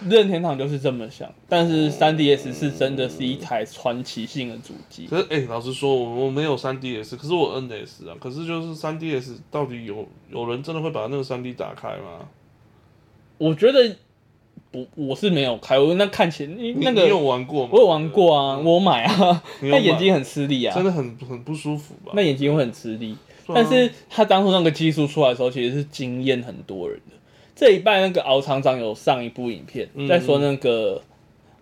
Speaker 2: 任天堂就是这么想，但
Speaker 1: 哦
Speaker 2: 是3 DS 是真的是一台传奇性的主机。
Speaker 1: 可是哎、老实说，我我没有三 DS，可是我 NS 啊。可是就是三 DS 到底有有人真的会把那个三 D 打开吗？
Speaker 2: 我觉得不，我是没有开，我那看起来
Speaker 1: 你
Speaker 2: 那个
Speaker 1: 你有嗯玩过吗？
Speaker 2: 我有玩过啊，我有买啊，
Speaker 1: 你有买
Speaker 2: 那眼睛很吃力
Speaker 1: 对，真
Speaker 2: 啊，
Speaker 1: 的很很不舒服吧？
Speaker 2: 那眼睛会很吃力。
Speaker 1: 对啊
Speaker 2: 但是他当初那个技术出来的时候，其实是惊艳很多人的。这一拜那个敖厂长有上一部影片，
Speaker 1: 嗯
Speaker 2: 在说那个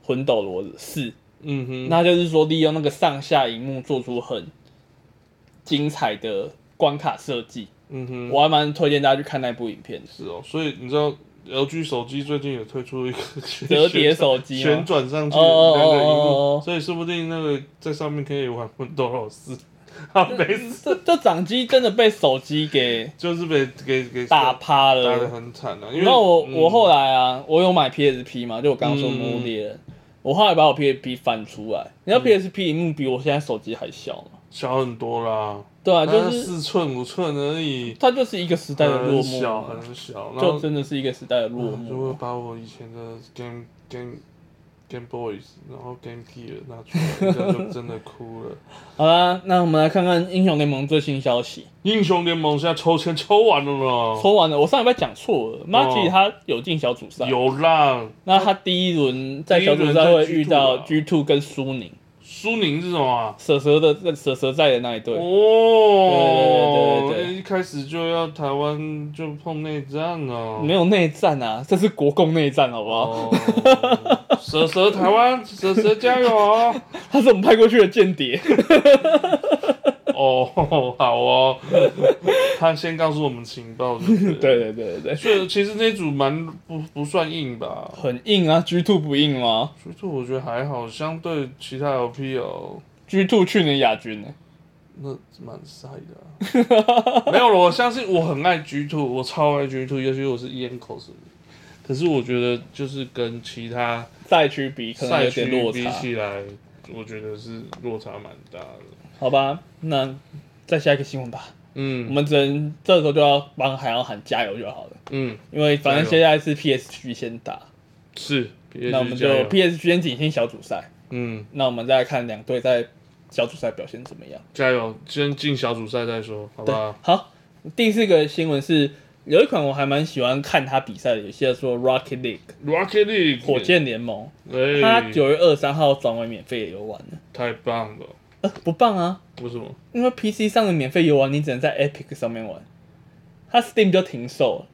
Speaker 2: 魂斗罗四，
Speaker 1: 嗯哼，
Speaker 2: 那就是说利用那个上下荧幕做出很精彩的关卡设计。
Speaker 1: 嗯哼，
Speaker 2: 我还蛮推荐大家去看那部影片的，
Speaker 1: 是哦。所以你知道 LG 手机最近也推出一个
Speaker 2: 折叠手 机
Speaker 1: 旋
Speaker 2: 吗？
Speaker 1: 转上去
Speaker 2: 哦
Speaker 1: 的
Speaker 2: 哦
Speaker 1: 那个
Speaker 2: 哦
Speaker 1: 荧幕，
Speaker 2: 哦哦
Speaker 1: 所以说不定那个在上面可以玩魂斗罗四， 啊，没 事，
Speaker 2: 这这掌机真的被手机给
Speaker 1: 就是被给给
Speaker 2: 打
Speaker 1: 打
Speaker 2: 趴了
Speaker 1: 的，很惨啊。因为
Speaker 2: 然后我、
Speaker 1: 嗯
Speaker 2: 我后来啊，我有买 PSP 嘛，就我刚刚说
Speaker 1: 嗯
Speaker 2: 魔物猎人，我后来把我 PSP 翻出来，你知道 PSP 屏幕比我现在手机还小嘛？
Speaker 1: 小很多啦，
Speaker 2: 对啊，就
Speaker 1: 大概
Speaker 2: 是
Speaker 1: 四寸五寸而已，
Speaker 2: 它就是一个时代的落
Speaker 1: 很
Speaker 2: 幕
Speaker 1: 小
Speaker 2: 嘛，
Speaker 1: 很小，然
Speaker 2: 就
Speaker 1: 后
Speaker 2: 真的是一个时代的落
Speaker 1: 嗯就
Speaker 2: 幕
Speaker 1: 会。把我以前的 Game Game Game Boys，然后 Game Gear 拿出 来，这样就真的哭了。
Speaker 2: 好啦，那我们来看看英雄联盟最新消息。
Speaker 1: 英雄联盟现在抽签抽完了呢，
Speaker 2: 说完了，我上礼拜讲错了 m a g i 他有进小组赛，
Speaker 1: 哦有啦，
Speaker 2: 那他第一轮在
Speaker 1: 第一
Speaker 2: 小组
Speaker 1: 轮
Speaker 2: 赛
Speaker 1: 在
Speaker 2: 会
Speaker 1: G2
Speaker 2: 遇到
Speaker 1: 啊
Speaker 2: G Two 跟苏宁，
Speaker 1: 苏宁是什么啊？
Speaker 2: 蛇蛇的蛇蛇在的那一队。
Speaker 1: 哦，
Speaker 2: 对对对对对
Speaker 1: 一开始就要台湾就碰内战了，
Speaker 2: 没有内战啊，这是国共内战，好不好？
Speaker 1: 哦，蛇蛇台湾，蛇蛇加油哦！
Speaker 2: 他是我们派过去的间谍。
Speaker 1: 哦，好 哦，他先告诉我们情报，对不对？
Speaker 2: 对对对对对，
Speaker 1: 所以其实那组蛮不不算硬吧，
Speaker 2: 很硬啊，G Two 不硬吗
Speaker 1: 所以说我觉得还好，相对其他 LP 哦，
Speaker 2: ？G Two 去年亚军呢、
Speaker 1: 那蛮晒的 啊、没有了，我相信我很爱 G Two，我超爱 G Two，也许我是咽口水，可是我觉得就是跟其他。
Speaker 2: 赛区比可能
Speaker 1: 赛
Speaker 2: 有
Speaker 1: 区
Speaker 2: 点落
Speaker 1: 比
Speaker 2: 差，
Speaker 1: 起来，我觉得是落差蛮大的。
Speaker 2: 好吧？那再下一个新闻吧，我
Speaker 1: 嗯
Speaker 2: 们只能这时候就要帮海洋喊加油就好了，
Speaker 1: 嗯，
Speaker 2: 因为反正
Speaker 1: 加
Speaker 2: 现在是 PSG 先打，
Speaker 1: 是。
Speaker 2: 那我们就 PSG 先进行小组赛，
Speaker 1: 嗯，
Speaker 2: 那我们再来看两队在小组赛表现怎么样。
Speaker 1: 加油，先进小组赛再说，好不
Speaker 2: 对
Speaker 1: 好？，
Speaker 2: 好，第四个新闻是有一款我还蛮喜欢看它比赛的游戏，叫做 Rocket League
Speaker 1: Rocket League
Speaker 2: 火，箭联盟，
Speaker 1: 哎、
Speaker 2: 它九月二三号转为免费游玩了。
Speaker 1: 太棒了！
Speaker 2: 呃，不棒啊，
Speaker 1: 为什么？
Speaker 2: 因为 PC 上的免费游玩你只能在 Epic 上面玩，它 Steam 就停售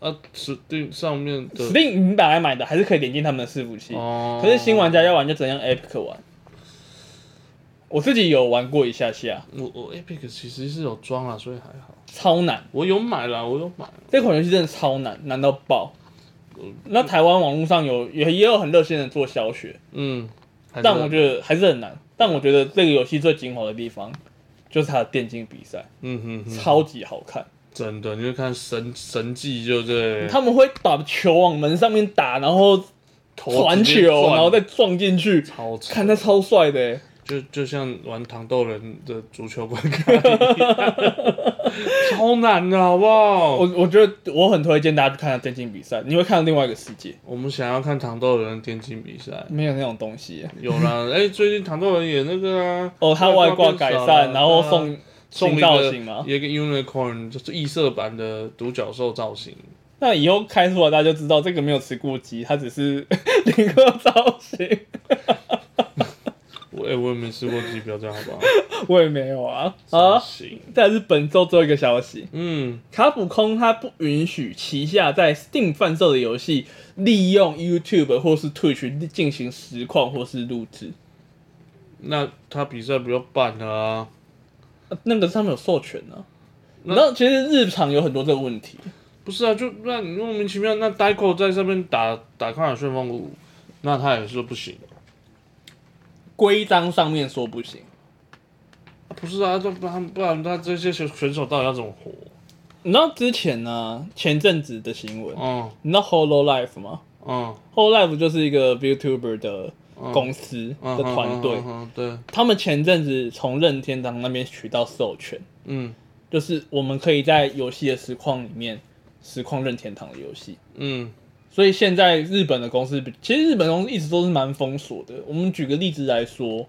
Speaker 2: 了。
Speaker 1: 啊，Steam 上面的
Speaker 2: Steam 你本来买的还是可以连接他们的伺服器，
Speaker 1: 哦，
Speaker 2: 可是新玩家要玩就只能用 Epic 玩。我自己有玩过一下下，
Speaker 1: 我我 Epic 其实是有装啊，所以还好。
Speaker 2: 超难，
Speaker 1: 我有买啦，我有买。
Speaker 2: 这款游戏真的超难，难到爆。那台湾网络上有也也有很热心人做小雪，
Speaker 1: 嗯，还是
Speaker 2: 但我觉得还是很难。但我觉得这个游戏最精华的地方就是它的电竞比赛，
Speaker 1: 嗯哼哼，
Speaker 2: 超级好看。
Speaker 1: 真的，你就看神神技就对，
Speaker 2: 他们会把球往门上面打，然后
Speaker 1: 头
Speaker 2: 传
Speaker 1: 直接
Speaker 2: 球，
Speaker 1: 转
Speaker 2: 哦然后再啊撞进去，
Speaker 1: 超扯
Speaker 2: 看他超帅的欸。
Speaker 1: 就就像玩糖豆人的足球观看一 样，超难的好不好？
Speaker 2: 我
Speaker 1: 我
Speaker 2: 我觉得我很推荐大家去看他电竞比赛，你会看到另外一个世界，
Speaker 1: 们想要看糖豆人电竞比赛，
Speaker 2: 没有那种东西欸。
Speaker 1: 有啦，哎、最近糖豆人也那个啊，
Speaker 2: 哦，他外挂
Speaker 1: 变
Speaker 2: 改
Speaker 1: 少
Speaker 2: 善，
Speaker 1: 了
Speaker 2: 然后
Speaker 1: 对啊
Speaker 2: 送
Speaker 1: 送
Speaker 2: 新
Speaker 1: 一
Speaker 2: 造
Speaker 1: 个
Speaker 2: 型嘛。
Speaker 1: 一个 unicorn 就是异色版的独角兽造型，
Speaker 2: 那以后开出来大家就知道这个没有吃过鸡，它只是 领过造型。
Speaker 1: 我哎、我也没吃过鸡，不要这样好不好？
Speaker 2: 我也没有 啊。 啊，
Speaker 1: 行，
Speaker 2: 再来是本周最后一个消息，
Speaker 1: 嗯，
Speaker 2: 卡普空它不允许旗下在 Steam 贩售的游戏利用 YouTube 或是 Twitch 进行实况或是录制。
Speaker 1: 那他比赛不要办了啊，
Speaker 2: 啊那个上面有授权呢、啊，
Speaker 1: 那
Speaker 2: 然后其实日常有很多这个问题，
Speaker 1: 不是啊，就那你莫名其妙，那 Dico 在上面打打抗尔旋风舞，那他也说不行。
Speaker 2: 规章上面说不行。
Speaker 1: 不是啊，这不然不然他这些选选手到底要怎么活？
Speaker 2: 你知道之前呢、前阵子的新闻，
Speaker 1: 嗯
Speaker 2: 你知道 Hollow Life 吗
Speaker 1: 嗯，
Speaker 2: ？Hollow Life 就是一个 VTuber 的公司
Speaker 1: 嗯
Speaker 2: 的团队
Speaker 1: 嗯，嗯嗯对，
Speaker 2: 他们前阵子从任天堂那边取到授权，
Speaker 1: 嗯
Speaker 2: 就是我们可以在游戏的实况里面实况任天堂的游戏。
Speaker 1: 嗯
Speaker 2: 所以现在日本的公司比，其实日本公司一直都是蛮封锁的。我们举个例子来说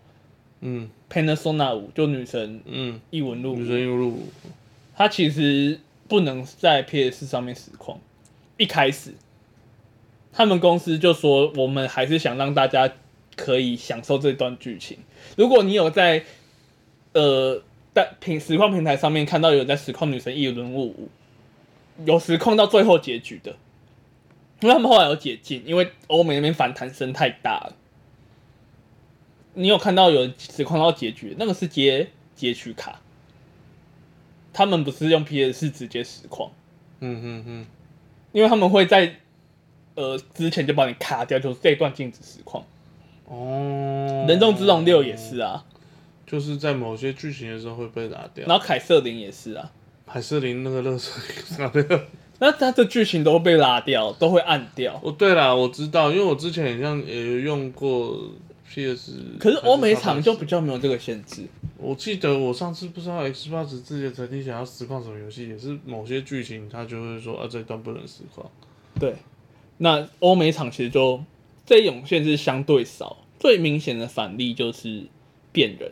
Speaker 1: 嗯
Speaker 2: ，Panasonic 五就女神
Speaker 1: 嗯，
Speaker 2: 异闻录，
Speaker 1: 女神又入伍，
Speaker 2: 它其实不能在 PS 上面实况。一开始，他们公司就说，我们还是想让大家可以享受这段剧情。如果你有在呃在平实况平台上面看到有人在实况女神异闻录五，有实况到最后结局的，因为他们后来有解禁，因为欧美那边反弹声太大了。你有看到有人实况到结局，那个是接截取卡，他们不是用 PS 直接实况，
Speaker 1: 嗯嗯嗯，
Speaker 2: 因为他们会在呃之前就把你卡掉，就是这一段禁止实况。
Speaker 1: 哦，
Speaker 2: 人中之龙六也是
Speaker 1: 嗯
Speaker 2: 啊，
Speaker 1: 就是在某些剧情的时候会被拿掉。
Speaker 2: 然后凯瑟琳也是啊，
Speaker 1: 海瑟琳那个乐色拿掉。
Speaker 2: 那它的剧情都会被拉掉，都会按掉。
Speaker 1: 哦，对啦，我知道，因为我之前好像也有用过 PS，
Speaker 2: 可是欧美
Speaker 1: 还
Speaker 2: 厂
Speaker 1: 是
Speaker 2: 就比较没有这个限制，
Speaker 1: 我记得我上次不知道 Xbox 自己的整体想要实况什么游戏，也是某些剧情他就会说啊这段不能实况。
Speaker 2: 对。那欧美厂其实就这种限制相对少，最明显的反例就是变人，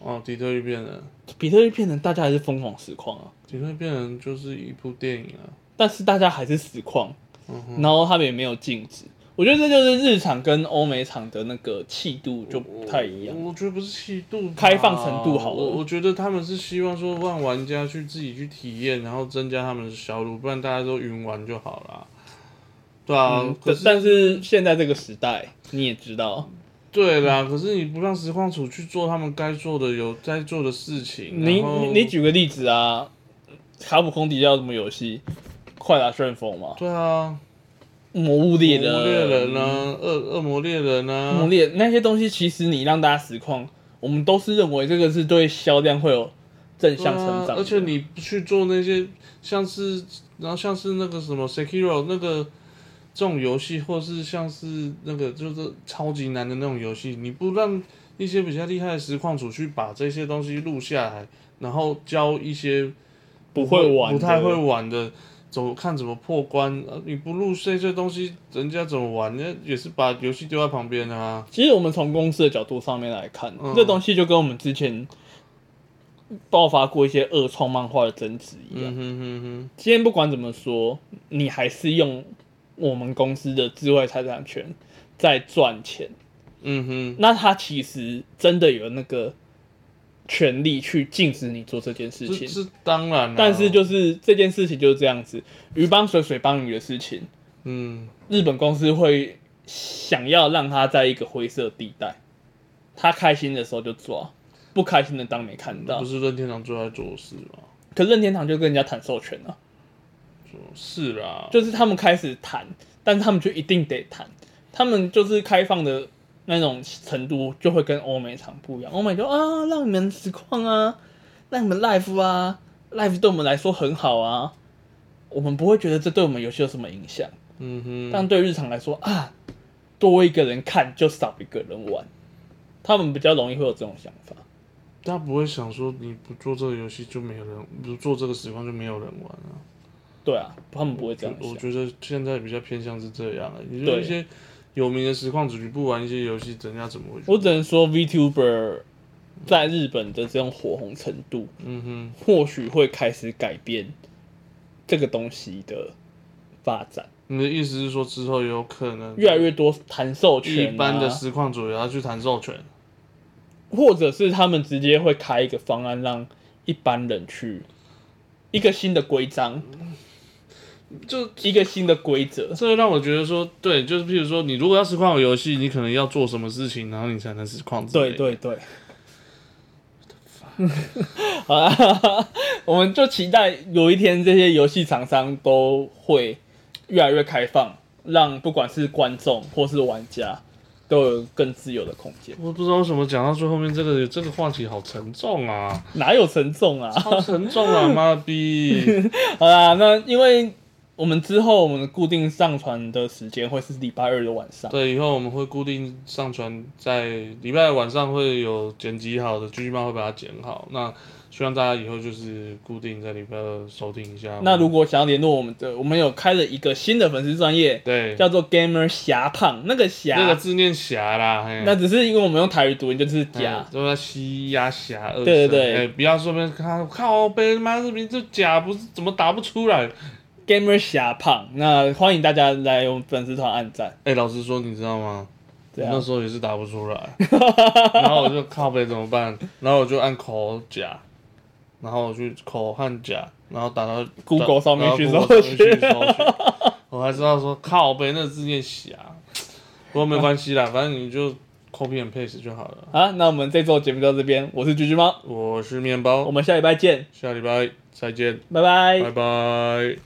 Speaker 1: 哦，底特律变人，
Speaker 2: 比特币变人大家还是疯狂实况啊，
Speaker 1: 底特律变人就是一部电影啊。
Speaker 2: 但是大家还是实况，
Speaker 1: 嗯哼，
Speaker 2: 然后他们也没有禁止。我觉得这就是日常跟欧美厂的那个气度就不太一样。
Speaker 1: 我觉得不是气度吧，
Speaker 2: 开放程度好了
Speaker 1: 啊我我觉得他们是希望说让玩家去自己去体验，然后增加他们的销路，不然大家都云玩就好啦。对啊，
Speaker 2: 嗯，
Speaker 1: 可
Speaker 2: 但
Speaker 1: 是
Speaker 2: 但是现在这个时代，你也知道，
Speaker 1: 对啦，可是你不让实况组去做他们该做的有该做的事情，
Speaker 2: 你
Speaker 1: 然后
Speaker 2: 你你举个例子啊，卡普空底下有什么游戏？快打旋风嘛，
Speaker 1: 对啊，
Speaker 2: 魔物猎人，
Speaker 1: 魔猎人啊，
Speaker 2: 嗯
Speaker 1: 恶恶魔猎人啊，
Speaker 2: 魔猎那些东西，其实你让大家实况，我们都是认为这个是对销量会有正
Speaker 1: 对啊
Speaker 2: 向成长的、
Speaker 1: 而且你不去做那些像是，然后像是那个什么 Sekiro 那个这种游戏，或是像是那个就是超级难的那种游戏，你不让一些比较厉害的实况组去把这些东西录下来，然后教一些
Speaker 2: 不会玩的，
Speaker 1: 不太会玩的怎么看怎么破关，呃你不入睡这东西，人家怎么玩？人家也是把游戏丢在旁边啊。
Speaker 2: 其实我们从公司的角度上面来看，
Speaker 1: 嗯
Speaker 2: 这东西就跟我们之前爆发过一些恶创漫画的争执一样。
Speaker 1: 嗯哼哼哼，
Speaker 2: 今天不管怎么说，你还是用我们公司的智慧财产权在赚钱，
Speaker 1: 嗯哼，
Speaker 2: 那他其实真的有那个权利去禁止你做这件事
Speaker 1: 这
Speaker 2: 情。
Speaker 1: 这当然、啊。
Speaker 2: 但是就是这件事情就是这样子，鱼帮水，水帮鱼的事情，
Speaker 1: 嗯
Speaker 2: 日本公司会想要让他在一个灰色地带，他开心的时候就抓，不开心的当没看
Speaker 1: 那嗯
Speaker 2: 到
Speaker 1: 不。是任天堂最爱做的事吗？
Speaker 2: 可任天堂就跟人家谈授权了、
Speaker 1: 是啦，
Speaker 2: 就是他们开始谈，但是他们就一定得谈，他们就是开放的那种程度就会跟欧美厂不一样。欧美就啊，让你们实况啊，让你们 live 啊，live 对我们来说很好啊，我们不会觉得这对我们游戏有什么影响。
Speaker 1: 嗯哼，
Speaker 2: 但对日常来说啊，多一个人看就少一个人玩，他们比较容易会有这种想法。
Speaker 1: 大家不会想说你不做这个游戏就没有人，不做这个时光就没有人玩啊。
Speaker 2: 对啊，他们不会这样
Speaker 1: 我
Speaker 2: 想。
Speaker 1: 觉得现在比较偏向是这样、欸，你说
Speaker 2: 对
Speaker 1: 一些有名的实况主你不玩一些游戏，人家怎么会去？
Speaker 2: 我只能说，VTuber 在日本的这种火红程度，
Speaker 1: 嗯
Speaker 2: 或许会开始改变这个东西的发展，
Speaker 1: 哼，你的意思是说之后有可能
Speaker 2: 越来越多谈授权、啊，
Speaker 1: 一般的实况主也要去谈授权？
Speaker 2: 或者是他们直接会开一个方案，让一般人去一个新的规章，
Speaker 1: 就
Speaker 2: 一个新的规则。
Speaker 1: 这让我觉得说，对，就是譬如说，你如果要实况游戏，你可能要做什么事情，然后你才能实况之类
Speaker 2: 对
Speaker 1: 的。
Speaker 2: 对对。 好啊，我们就期待有一天这些游戏厂商都会越来越开放，让不管是观众或是玩家都有更自由的空间。
Speaker 1: 我不知道为什么讲到最后面这个这个话题好沉重啊，
Speaker 2: 哪有沉重啊？
Speaker 1: 好沉重啊， 妈逼！
Speaker 2: 好啦，那因为我们之后我们的固定上传的时间会是礼拜二的晚上，
Speaker 1: 对，以后我们会固定上传在礼拜晚上会有剪辑好的，剧猫会把它剪好。那希望大家以后就是固定在礼拜二收听一下。
Speaker 2: 那如果想要联络我们的，我们有开了一个新的粉丝专业，
Speaker 1: 对
Speaker 2: 叫做 Gamer 侠胖，那个侠，
Speaker 1: 那个字念侠啦，嘿
Speaker 2: 那只是因为我们用台语读，你就就是
Speaker 1: 假
Speaker 2: 甲，
Speaker 1: 都要西呀侠二
Speaker 2: 对对对
Speaker 1: 哎、不要说别人看靠背他妈这名字假不是怎么打不出来？
Speaker 2: Gamer 侠胖。那欢迎大家来我们粉丝团按赞，
Speaker 1: 哎、老实说，你知道吗？
Speaker 2: 这
Speaker 1: 我那
Speaker 2: 样
Speaker 1: 时候也是打不出来， 然后我就靠背怎么办？然后我就按口甲，然后我去口汉甲，然后打到
Speaker 2: Google 上面去
Speaker 1: 然后
Speaker 2: 搜
Speaker 1: Google 上面去
Speaker 2: 寻
Speaker 1: 搜寻，我还知道说靠背那个字念侠，不过没关系啦，反正你就 copy and paste 就好了。
Speaker 2: 啊。那我们这周节目到这边，我是橘橘猫，
Speaker 1: 我是面
Speaker 2: 我
Speaker 1: 包，
Speaker 2: 们下礼拜见，
Speaker 1: 下礼拜再见，
Speaker 2: 拜拜
Speaker 1: 拜拜。